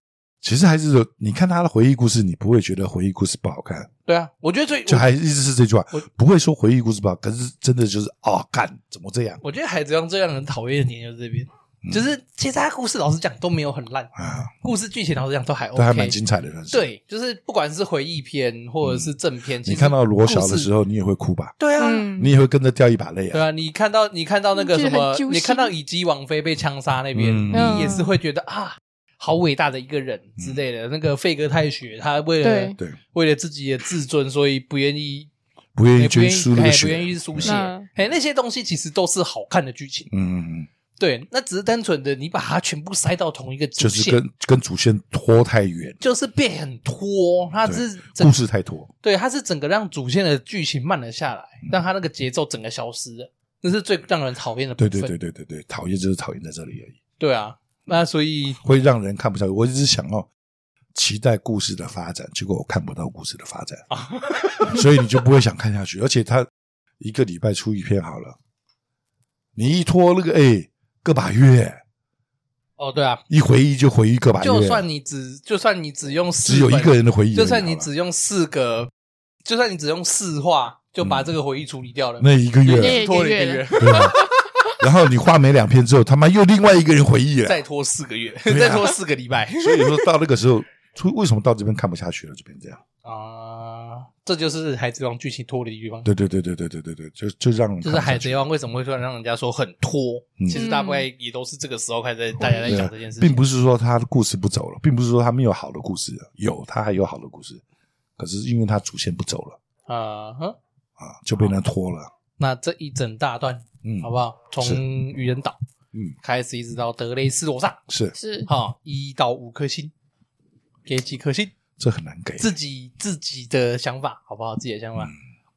B: 其实还是有，你看他的回忆故事，你不会觉得回忆故事不好看，
A: 对啊，我觉得最
B: 就还一直是这句话
A: 我，
B: 不会说回忆故事不好，可是真的就是啊、干怎么这样
A: 我觉得《海贼王》最让人讨厌的点就是这边，
B: 嗯
A: 就是其实他故事老实讲都没有很烂，
B: 啊？
A: 故事剧情老实讲都还 OK，
B: 都还蛮精彩的，算是。，
A: 对，就是不管是回忆片或者是正片，
B: 嗯你看到罗小的时
A: 候，
B: 候，你也会哭吧？
A: 对啊。
C: 嗯，
B: 你也会跟着掉一把泪
A: 对
B: 啊？
A: 啊，你看到你看到那个什么
C: 就很揪，心
A: 你看到以及王妃被枪杀那边，
B: 嗯
A: 你也是会觉得啊，好伟大的一个人之类
B: 嗯
A: 的。那个费格太雪，他为了
C: 对
B: 对，
A: 为了自己的自尊，所以不愿意
B: 不愿
A: 也
B: 意
A: 不
B: 捐
A: 愿
B: 输
A: 意哎
B: 那个
A: 不愿
B: 血
A: 意。输血，
C: 嗯
A: 哎，那些东西其实都是好看的剧情。
B: 嗯，嗯嗯
A: 对，那只是单纯的你把它全部塞到同一个主
B: 就是
A: 线，
B: 跟跟主线拖太远，
A: 就是变很拖，它
B: 对
A: 是整
B: 故事太拖。
A: 对，它是整个让主线的剧情慢了下来，
B: 嗯
A: 让它那个节奏整个消失了，那是最让人讨厌的部
B: 对
A: 分。
B: 对对对对对，讨厌就是讨厌在这里而已，
A: 对啊，那所以
B: 会让人看不下去。我一直想要期待故事的发展，结果我看不到故事的发展，
A: 啊，
B: 所以你就不会想看下去。而且他一个礼拜出一篇好了，你一拖那个哎个把月，
A: 哦对啊，
B: 一回忆就回忆个把月，
A: 就算你只就算你只用四
B: 只有一
A: 本
B: 个人的回忆而已好了，
A: 就算你只用四个，就算你只用四话就把这个回忆处理掉了，
B: 嗯那一个
A: 已
B: 月
A: 经拖了一个
C: 那一个 月
A: 月。
B: 对啊，然后你画没两篇之后，他妈又另外一个人回忆了。
A: 再拖四个月，
B: 啊
A: 再拖四个礼 拜
B: 所以说到那个时候，出为什么到这边看不下去了？就变这样。
A: 啊！这就是《海贼王》剧情拖的地方，
B: 对对对对对对对对，就就让人
A: 就
B: 看
A: 是《
B: 不
A: 海
B: 下去
A: 贼王》为什么会突然让人家说很拖？
B: 嗯
A: 其实大概也都是这个时候开始大家在
B: 对啊
A: 讲这件事情，
B: 并不是说他的故事不走了，并不是说他没有好的故事，有他还有好的故事，可是因为他主线不走了
A: 啊、哼
B: 啊，就被人拖了。
A: 那这一整大段
B: 嗯，
A: 好不好？从
B: 是
A: 愚人岛
B: 嗯，
A: 开始，一直到德雷斯罗萨，
B: 是
C: 是
A: 哈，一到五颗星，给几颗星？
B: 这很难给。
A: 自己自己的想法好不好？自己的想法，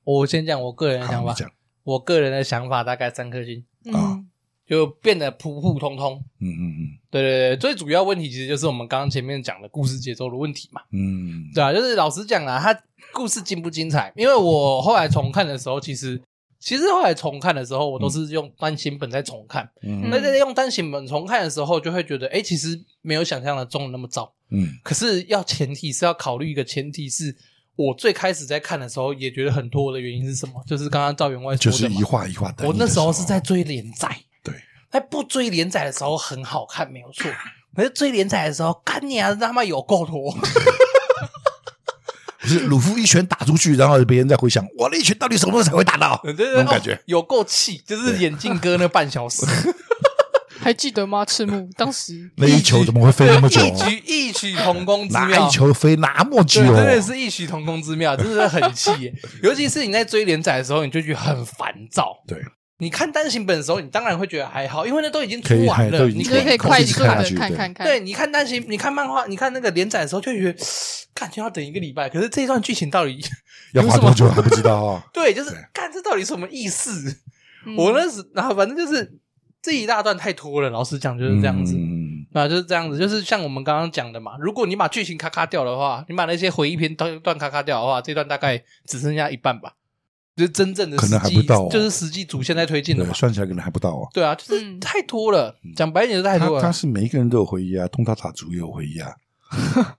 A: 我先讲我个人的想
B: 嗯好，
A: 法
B: 你。讲，
A: 我个人的想法大概三颗星，
B: 啊
C: 嗯
A: 就变得普普通通。
B: 嗯嗯
A: 对对对，最主要问题其实就是我们刚刚前面讲的故事节奏的问题嘛，
B: 嗯嗯，
A: 对啊，就是老实讲啊，它故事精不精彩？因为我后来重看的时候，其实其实后来重看的时候，我都是用单行本在重看，
B: 嗯
A: 那、在用单行本重看的时候，就会觉得，哎，其实没有想象的中的那么糟。
B: 嗯
A: 可是要前提是要考虑一个前提是。我最开始在看的时候也觉得很拖的原因是什么？就是刚刚赵员外说
B: 就
A: 的
B: 是
A: 嘛
B: 一画一画的。
A: 我那时候是在追连载，
B: 对，
A: 在不追连载的时候很好看，没有 错。可是追连载的时候，干你啊，他妈有够多！
B: 不是鲁夫一拳打出去，然后别人在回想我的一拳到底什么时候才会打到？
A: 对对
B: 那种 感觉。
A: 哦有够气，就是眼镜哥那半 小时，
C: 还记得吗？赤 木当时
B: 那一球怎么会飞那么久？
A: 一举一举同工之
B: 哪
A: 妙
B: 一。球飞那么久
A: 对，？真的是异曲同工之妙，真的很气耶。尤其是你在追连载的时候，你就觉得很烦躁。
B: 对，
A: 你看单行本的时候，你当然会觉得还好，因为那都已经
B: 可
A: 出
B: 以
A: 完
B: 还
A: 了，
B: 都已
A: 你
B: 经
C: 你
B: 出
A: 可
C: 就
A: 以
B: 完
C: 可以
B: 控
C: 快
B: 制
C: 速
B: 看下
C: 的
B: 去
C: 看
B: 对
C: 看看，
A: 对，你看单行，你看漫画，你看那个连载的时候，就会觉得感觉要等一个礼拜。可是这一段剧情到底
B: 要
A: 有
B: 花
A: 什
B: 多
A: 么？
B: 久还不知道啊
A: 对，就是
B: 对
A: 干这到底什么意思？
C: 嗯
A: 我那时，然后反正就是这一大段太拖了，老实讲就是这样子。
B: 嗯
A: 啊，就是这样子，就是像我们刚刚讲的嘛。如果你把剧情咔咔掉的话，你把那些回忆片段段咔咔掉的话，这段大概只剩下一半吧，就是真正的
B: 可能
A: 实际
B: 还不到哦
A: 就是实际主线在推进的
B: 对，
A: 嘛。
B: 算起来可能还不到啊。
A: 对啊，就是
C: 嗯
A: 太拖了，讲白一点就太
B: 他
A: 拖
B: 他
A: 了。
B: 是每一个人都有回忆啊，东塔塔族也有回忆啊，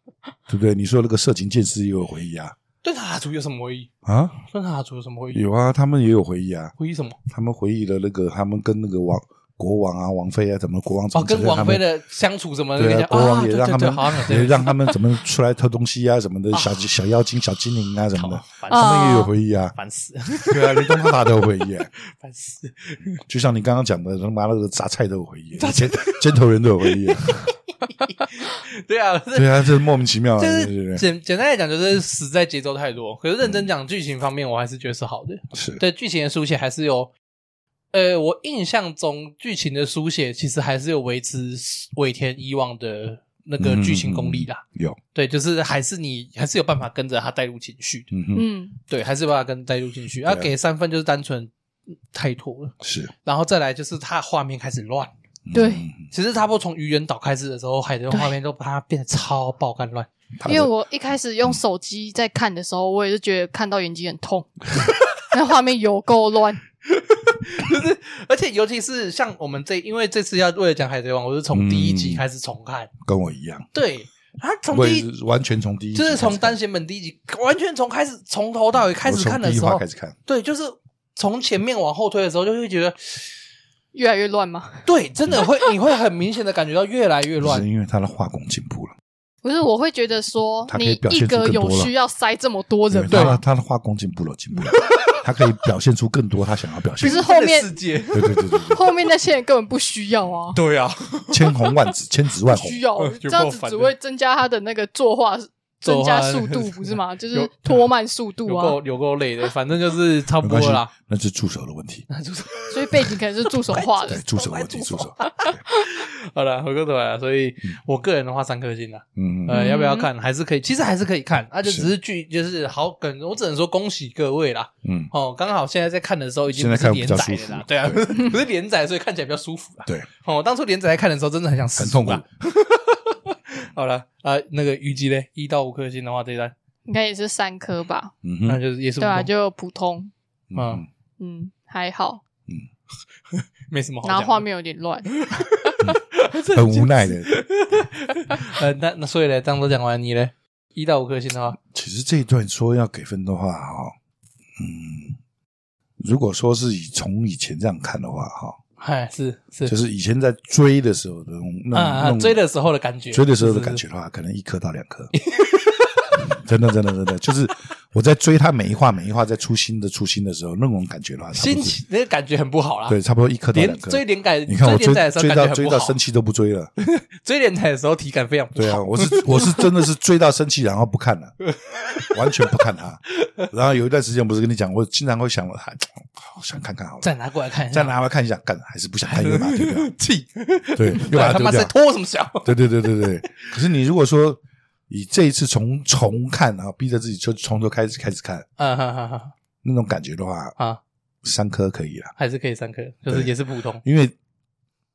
B: 对不对？你说那个色情剑士也有回忆啊，
A: 对塔主有什么回忆？
B: 啊，
A: 对塔主有什么回忆？
B: 有啊，他们也有回忆啊，
A: 回忆什么？
B: 他们回忆了那个他们跟那个王国王啊、王妃啊，怎么国王
A: 哦，
B: 怎么折
A: 跟
B: 腾他
A: 王
B: 们
A: 菲的相处什么的，
B: 对
A: 跟你
B: 啊，
A: 讲
B: 国王也
A: 对
B: 让他
A: 对对好
B: 们
A: 像有这
B: 也
A: 个
B: 让他们怎么出来偷东西啊，什么的小小妖精、小精灵啊什么的，
A: 烦
C: 啊
A: 死，
B: 他们也有回忆 啊，
A: 烦死，
B: 对啊，连东塔塔都有回忆啊，
A: 烦死！
B: 就像你刚刚讲的，他妈那个杂菜都有回忆，尖尖头人都有回忆 啊，
A: 对啊，这
B: 对啊，这莫名其妙啊，
A: 就
B: 对对
A: 是
B: 对，
A: 简简单来讲，就是实在节奏太多。可是认真讲剧情方面，我还是觉得是好的。
B: 是，
A: 对剧情的书写还是有，呃，我印象中剧情的书写其实还是有维持尾田以往的那
B: 嗯
A: 个剧情功力啦。
B: 有，
A: 对，就是还是你还是有办法跟着他带入情绪的。
B: 嗯哼，
C: 嗯
A: 对，还是有办法跟带入情绪。要、
B: 对啊
A: 给三分就是单纯嗯太拖了，
B: 是，
A: 然后再来就是他画面开始乱。
C: 对
B: 嗯
A: 其实差不多从愚人岛开始的时候，海贼王
C: 对
A: 画面都把它变得超爆干乱。
B: 他
C: 因
B: 们
C: 为我一开始用手机在看的时候，我也是觉得看到眼睛很痛， 那画面有够乱，
A: 而且尤其是像我们这，因为这次要为了讲海贼王，我是从第一集
B: 嗯
A: 开始重看。
B: 跟我一样，
A: 对，他从
B: 我
A: 第
B: 也
A: 一
B: 是完全从第一集
A: 就
B: 开始看，
A: 是从单行本第一集，完全从开始从头到尾开
B: 我
A: 始
B: 从
A: 看的
B: 第一
A: 时
B: 话
A: 候
B: 开，始看，
A: 对，就是从前面往后推的时候，就会觉得，
C: 越来越乱嘛。
A: 对，真的会，你会很明显的感觉到越来越
B: 是
A: 乱。
B: 因为他的画工进步了，
C: 不是，我会觉得说
B: 它，可以
C: 你
B: 表现
C: 一
B: 出
C: 个
B: 更
C: 有
B: 多了
C: 需要塞这么多人
B: 对
C: 吧
B: 他的他的画工进步了，进步了， 他可以表现出更多他想要表 现
C: 可
B: 的。
C: 是后面
A: 世界，
B: 对对对对对，
C: 后面那些人根本不需要 啊，
A: 对啊，
B: 千红万紫，千紫万
C: 不
B: 红，
C: 需要啊
A: 呃
C: 这样子只会增加他的那个作画
A: 作
C: 增
A: 画
C: 加速度，不是 吗？就
A: 有
C: 是拖慢速度
A: 有
C: 啊
A: 够，有够累的，反正就是差不多
B: 没关系
A: 了啦。，
B: 那是助手的问题，
C: 所以背景可能是助手画
B: 对。
C: 的
B: 助手问题，助手，
A: 好了，回过头来了，啊所以我个人的话三颗星啦。
B: 嗯，
A: 呃，
C: 嗯
A: 要不要看？还是可以，其实还是可以看，那、就是只是剧就是好梗，我只能说恭喜各位啦。
B: 嗯，
A: 哦，刚好现在在看的时候已经
B: 现在
A: 不是
B: 看
A: 连
B: 比较
A: 载
B: 舒
A: 的
B: 服
A: 啦，对啊， 不是连载，所以看起来比较舒服啦。
B: 对，
A: 哦，当初连载在看的时候真的很想死，啊
B: 很痛苦。
A: 好了，啊、那个虞姬嘞，一到五颗星的话，这一单、
C: 应该也是三颗吧，
B: 嗯
A: 那
B: 哼，
A: 就是也是
C: 对啊，
A: 普通
C: 就普通，
B: 嗯，
C: 嗯，还好。
A: 没什么好
C: 然
A: 讲
C: 后
A: 的。
C: 画面有点乱，
B: 很无奈的。
A: 呃，那那所以嘞，这样都讲完，你嘞，一到五颗星的话，
B: 其实这一段说要给分的话，哈，嗯，如果说是以从以前这样看的话，哈，
A: 哎，是是，
B: 就是以前在追的时候的那种
A: 啊
B: 那
A: 啊，
B: 种
A: 追的时候的感觉，
B: 追的时候的感
A: 是，
B: 觉的话，可能一颗到两颗。 真的，真的，真的，就是我在追他每一话，每一话在出新的出新的时候，那种感觉的话，
A: 是
B: 差
A: 是
B: 不
A: 心
B: 多
A: 情那个感觉很不好啦。
B: 对，，差不多一颗到
A: 连
B: 两颗。
A: 追连感，
B: 你看我追
A: 连载的时候
B: 追
A: 感觉
B: 到
A: 很
B: 追
A: 不
B: 到
A: 好，
B: 生气都不追了，
A: 追连载的时候体感非常不
B: 对
A: 好。
B: 啊，我是我是真的是追到生气，然后不看了，完全不看他。然后有一段时间不是跟你讲，我经常会想，哎好想看看好了，
A: 再拿过来看一下，
B: 再拿来看一下，干还是不想看，又把它丢掉，
A: 气，
B: 对，又把它
A: 他
B: 丢
A: 妈在
B: 掉。
A: 拖什么 小？
B: 对对对对对。可是你如果说以这一次重重看，然后逼着自己就从头开始开始看
A: 啊哈哈哈
B: 那种感觉的话，
A: 啊，
B: 三颗可以了，
A: 还是可以上课，就是也是普通，
B: 因为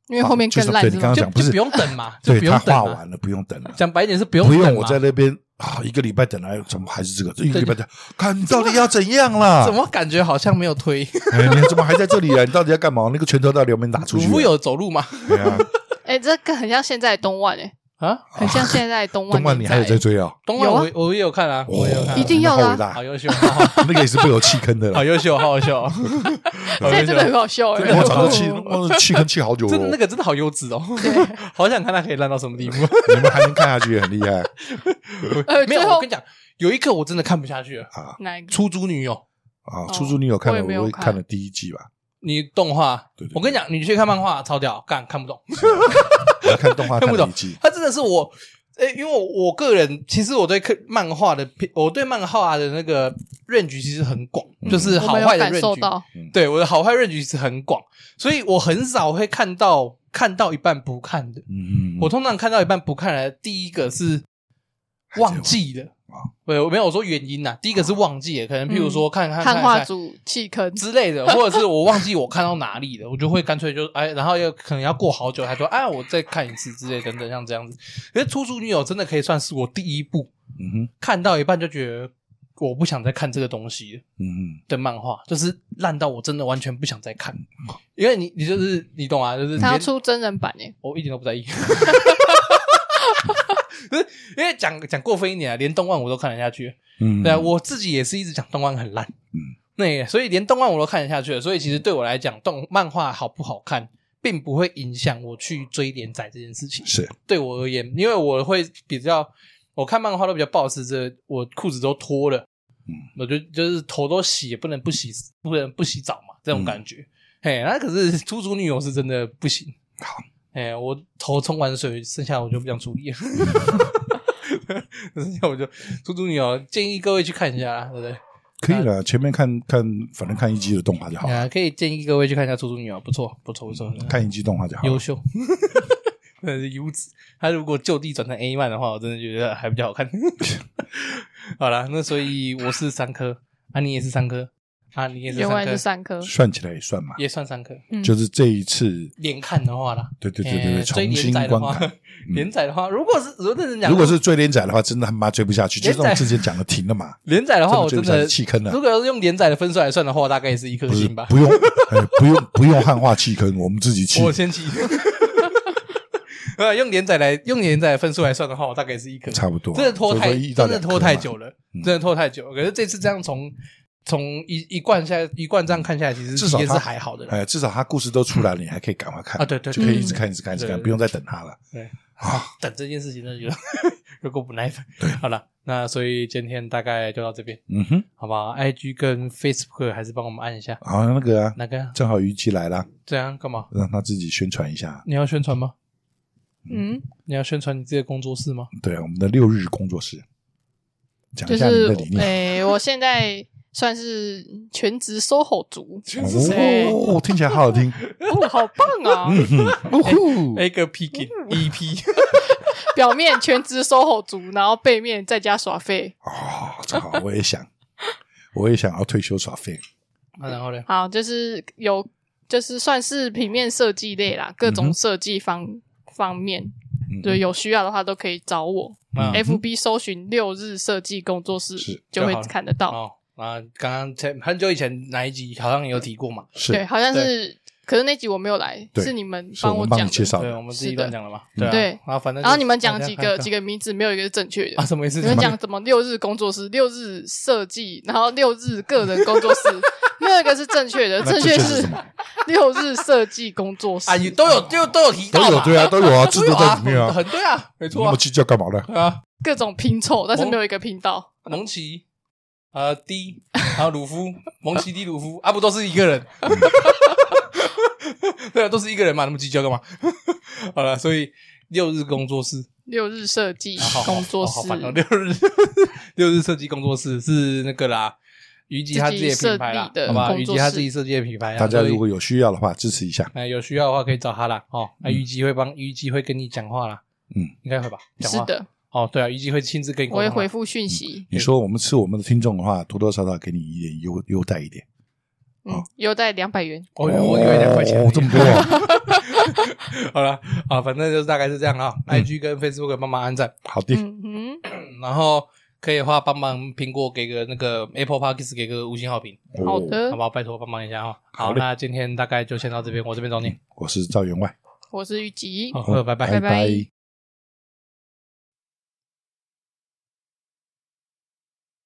C: 因为后面更烂
B: 就是是对你
C: 吧
B: 刚？刚
A: 就
B: 讲不
A: 就是不用等 嘛，就
B: 对
A: 不用
B: 他
A: 等
B: 画
A: 嘛。
B: 完了，不用等了。
A: 讲白一点是不用
B: 不用
A: 等
B: 我
A: 嘛
B: 在那边啊，一个礼拜等来，怎么还是这个？这一个
A: 对
B: 礼拜等，看你到底要怎样啦？
A: 怎么感觉好像没有推？
B: 哎？你怎么还在这里啊？你到底要干嘛？那个拳头到底有没有打出
A: 主
B: 去啊？
A: 妇有走路吗？
B: 对啊，
C: 哎、这个很像现在的东万 哎、
A: 啊，
C: 很像现在的东万。
B: 东万你还有在？追啊？
A: 东
C: 有啊
A: 万我我也有看
B: 哦
A: 啊，我也有看啊，
C: 一定要的啊
B: 那好伟大
A: 好优秀，好好
B: 那个也是被我气坑的
A: 好
B: 啦。
A: 优秀，好优 秀，好
C: 现在
A: 优
C: 真的很
A: 秀。
C: 好笑哎、
A: 对
B: 我早就气，我气坑气好久了
A: 真。的那个真的好优质哦， 好想看他可以烂到什么地步。
B: 你们还能看下去，也很厉害
C: 呃，
A: 没
C: 最
A: 有，
C: 后
A: 我跟你讲，有一个我真的看不下去了，
B: 啊
C: 哪一个？
A: 出租女友。
B: 啊！出租女友看
C: 哦我
B: 了，
C: 也没有
B: 我
C: 看
B: 看了第一季吧，
A: 你动画
B: 对对，对
A: 我跟你讲，你去看漫画超屌，干看不懂，
B: 我看动画
A: 看
B: 看
A: 不
B: 了
A: 懂
B: 一季。。
A: 他真的是我，诶、因为我我个人其实我对看漫画的偏，我对漫画的那个认局其实很广，
B: 嗯
A: 就是
C: 我
A: 好
C: 没有
A: 坏的
C: 感
A: 认
C: 受
A: 局。
C: 到，
A: 对我的好坏认局是很广，所以我很少会看到看到一半不看的。
B: 嗯，
A: 我通常看到一半不看的，第一个是忘记了
B: 啊
A: 对，我没有说原因呐、啊第一个是忘记了，可能譬如说看看看
C: 汉化
A: 看
C: 组弃坑，
A: 哎之类的，或者是我忘记我看到哪里了，我就会干脆就哎，然后要可能要过好久才说哎，我再看一次之类等等，像这样子。可是《出租女友》真的可以算是我第一部
B: 嗯哼
A: 看到一半就觉得我不想再看这个东西了
B: 嗯哼
A: 的漫画，就是烂到我真的完全不想再看，因为你你就是你懂啊，就是你
C: 他要
A: 连
C: 出真人版哎、
A: 我一点都不在意。不是 因为讲讲过分一点啊，连动漫我都看得下去。
B: 嗯，
A: 对啊，我自己也是一直讲动漫很烂，
B: 嗯
A: 嗯，那也所以连动漫我都看得下去了。所以其实对我来讲，动漫画好不好看，并不会影响我去追连载这件事情。
B: 是
A: 对我而言，因为我会比较，我看漫画都比较抱持着我裤子都脱了，
B: 嗯
A: 嗯，我就就是头都洗，也不能不洗，不能不洗澡嘛，这
B: 嗯
A: 种感觉。嘿，那可是出租女友是真的不行。
B: 好，
A: 哎，我头冲完水，剩下我就不想处理 了。剩下我就出租女友，建议各位去看一下啦，对不对？
B: 可以了。前面看看，反正看一季的动画就好了，
A: 啊，可以建议各位去看一下出租女友，不错，不错，不错，真的
B: 看一季动画就好了
A: 优。秀。 真的是优质，他如果就地转成 A 漫的话，我真的觉得还比较好看。 好啦，那所以我是三颗，啊，你也是三颗，啊，你也是
C: 原
A: 三
C: 来
A: 颗
C: 是，三颗，
B: 算起来也算嘛，
A: 也算三颗。
C: 嗯
B: 就是这一次，
A: 连看的话啦，
B: 对对对对
A: 呃
B: 对，
A: 追
B: 重
A: 连
B: 新
A: 载的
B: 观
A: 话
B: 看。，嗯
A: 连载的话，如果是如果认真讲，
B: 如果是追连载的话，真的他妈追不下去，就
A: 连载
B: 像我之前讲的，停 了嘛，
A: 连载的话，我
B: 追
A: 真
B: 不下
A: 的
B: 去，弃坑了
A: 如。果要是用连载的分数来算的话，大概也是一颗
B: 不是
A: 星吧。
B: 不用，哎不用不用汉化弃坑，我们自己弃
A: 我。先起。呃，用连载来用连载的分数来算的话，我大概也是一颗。
B: 差不多啊
A: 真的拖太
B: 所以说一
A: 真
B: 到
A: 的
B: 两
A: 拖
B: 颗
A: 太
B: 嘛
A: 久了，
B: 嗯
A: 真的拖太久了。可是这次这样从从一一贯下一贯这样看下来，其实
B: 至少
A: 也是
B: 他
A: 还好的啦。
B: 哎，至少他故事都出来了，你还可以赶快看
A: 啊对对
B: 就可以
C: 对
B: 一直看，一直看，一直
A: 对
B: 看，
A: 对
B: 不用再等他了。
A: 对，等这件事情呢， 有有够不耐烦。好了，那所以今天大概就到这边，
B: 嗯哼，
A: 好吧？IG 跟 Facebook 还是帮我们按一下，
B: 好，那个啊，
A: 哪个啊
B: 正好虞姬来了，
A: 这样干嘛？
B: 让他自己宣传一下。
A: 你要宣传吗？
C: 嗯，
A: 你要宣传你自己的工作室吗？
B: 对，啊我们的六日工作室，讲
C: 就
B: 一下你
C: 是
B: 的理念。
C: 诶、我现在算是全职 SOHO 族，谁
B: 哦，听起来好 好听。
C: 哦，好棒啊！
B: 嗯，哦呼，
A: 哎 a 个 E Picking EP，
C: 表面全职 SOHO 族，然后背面在家耍废。
B: 哦，这好，我也想，我也想要退休耍废。
A: 啊然后呢？
C: 好，就是有，就是算是平面设计类啦，各
B: 嗯
C: 种
B: 哼
C: 设计方方面，
B: 嗯
C: 对，有需要的话都可以找我。
A: 嗯
C: FB 搜寻六日设计工作室
B: 是
C: 就会
A: 就好了
C: 看得到。
A: 哦，啊，刚刚前很久以前哪一集好像有提过嘛？
C: 对，
B: 是，
C: 好像是，可是那集我没有来，
B: 对
C: 是你们
B: 是
C: 帮
B: 我们帮
C: 讲
B: 你介
C: 的。
B: 绍
A: 对，我
B: 的。
A: 们自己
C: 是的
A: 乱讲了嘛？对啊
C: 对
A: 然后反正
C: 然后你们讲几
A: 大家
C: 个
A: 看
C: 几个名字，没有一个是正确的
A: 啊，。什么意思？
C: 你们
A: 什么
C: 讲什么六日工作室、六日设计，然后六日个人工作室，没有一个是正确的。
B: 那
C: 正确
B: 这就是
C: 是
B: 什么？
C: 六日设计工作室
A: 啊，你都有就都有提
B: 都
A: 到
B: 有
A: 嘛，
B: 对啊，都 有啊，制
A: 都
B: 度
A: 有
B: 在
A: 啊，
B: 里面啊，
A: 很对啊，没
B: 你
A: 错
B: 那
A: 啊
B: 么，计较干嘛呢？
A: 对啊，
C: 各种拼凑，但是没有一个拼到。
A: 蒙奇呃 D，然后鲁夫，蒙奇 D 鲁夫啊，不都是一个人？对啊，都是一个人嘛，那么计较干嘛？好了，所以六日工作室，
C: 六日设计
A: 啊好好
C: 工作
A: 好好
C: 室，
A: 烦哦六日六日设计工作室是那个啦，虞姬他自己的品牌啦
C: 自己设计，的
A: 好吧，
C: 工
A: 虞
C: 作
A: 姬他
C: 室
A: 自己设计的品牌啦，
B: 大家
A: 哎所以
B: 如果有需要的话，支持一下。
A: 哎有需要的话可以找他啦，哦，那虞姬会帮虞姬会跟你讲话啦，
B: 嗯，
A: 应该会吧？讲
C: 是
A: 话，
C: 的，
A: 哦，对啊，虞姬会亲自跟你沟
C: 我
A: 通
C: 会
A: 啦，
C: 回复讯息，
B: 你说我们吃我们的听众的话，多多少少给你一点优优待一点。
C: 嗯，优待两百元，
A: 哦，我以为两块钱而已，
B: 哦，这么多啊，
A: 好了啊，反正就是大概是这样啊。IG
B: 嗯
A: 跟 Facebook 帮忙按赞，
B: 好的，
C: 嗯哼，
A: 然后可以的话帮忙苹果给个那个 Apple Podcast 给个五星好评，
B: 哦
C: 好
A: 嗯好
C: 的，
A: 不好？拜托帮忙一下啊。好，
B: 好嘞
A: 那今天大概就先到这边，我这边找你，
B: 我是赵员外，
C: 我是玉吉，
A: 好，拜拜。
C: 拜拜
B: 拜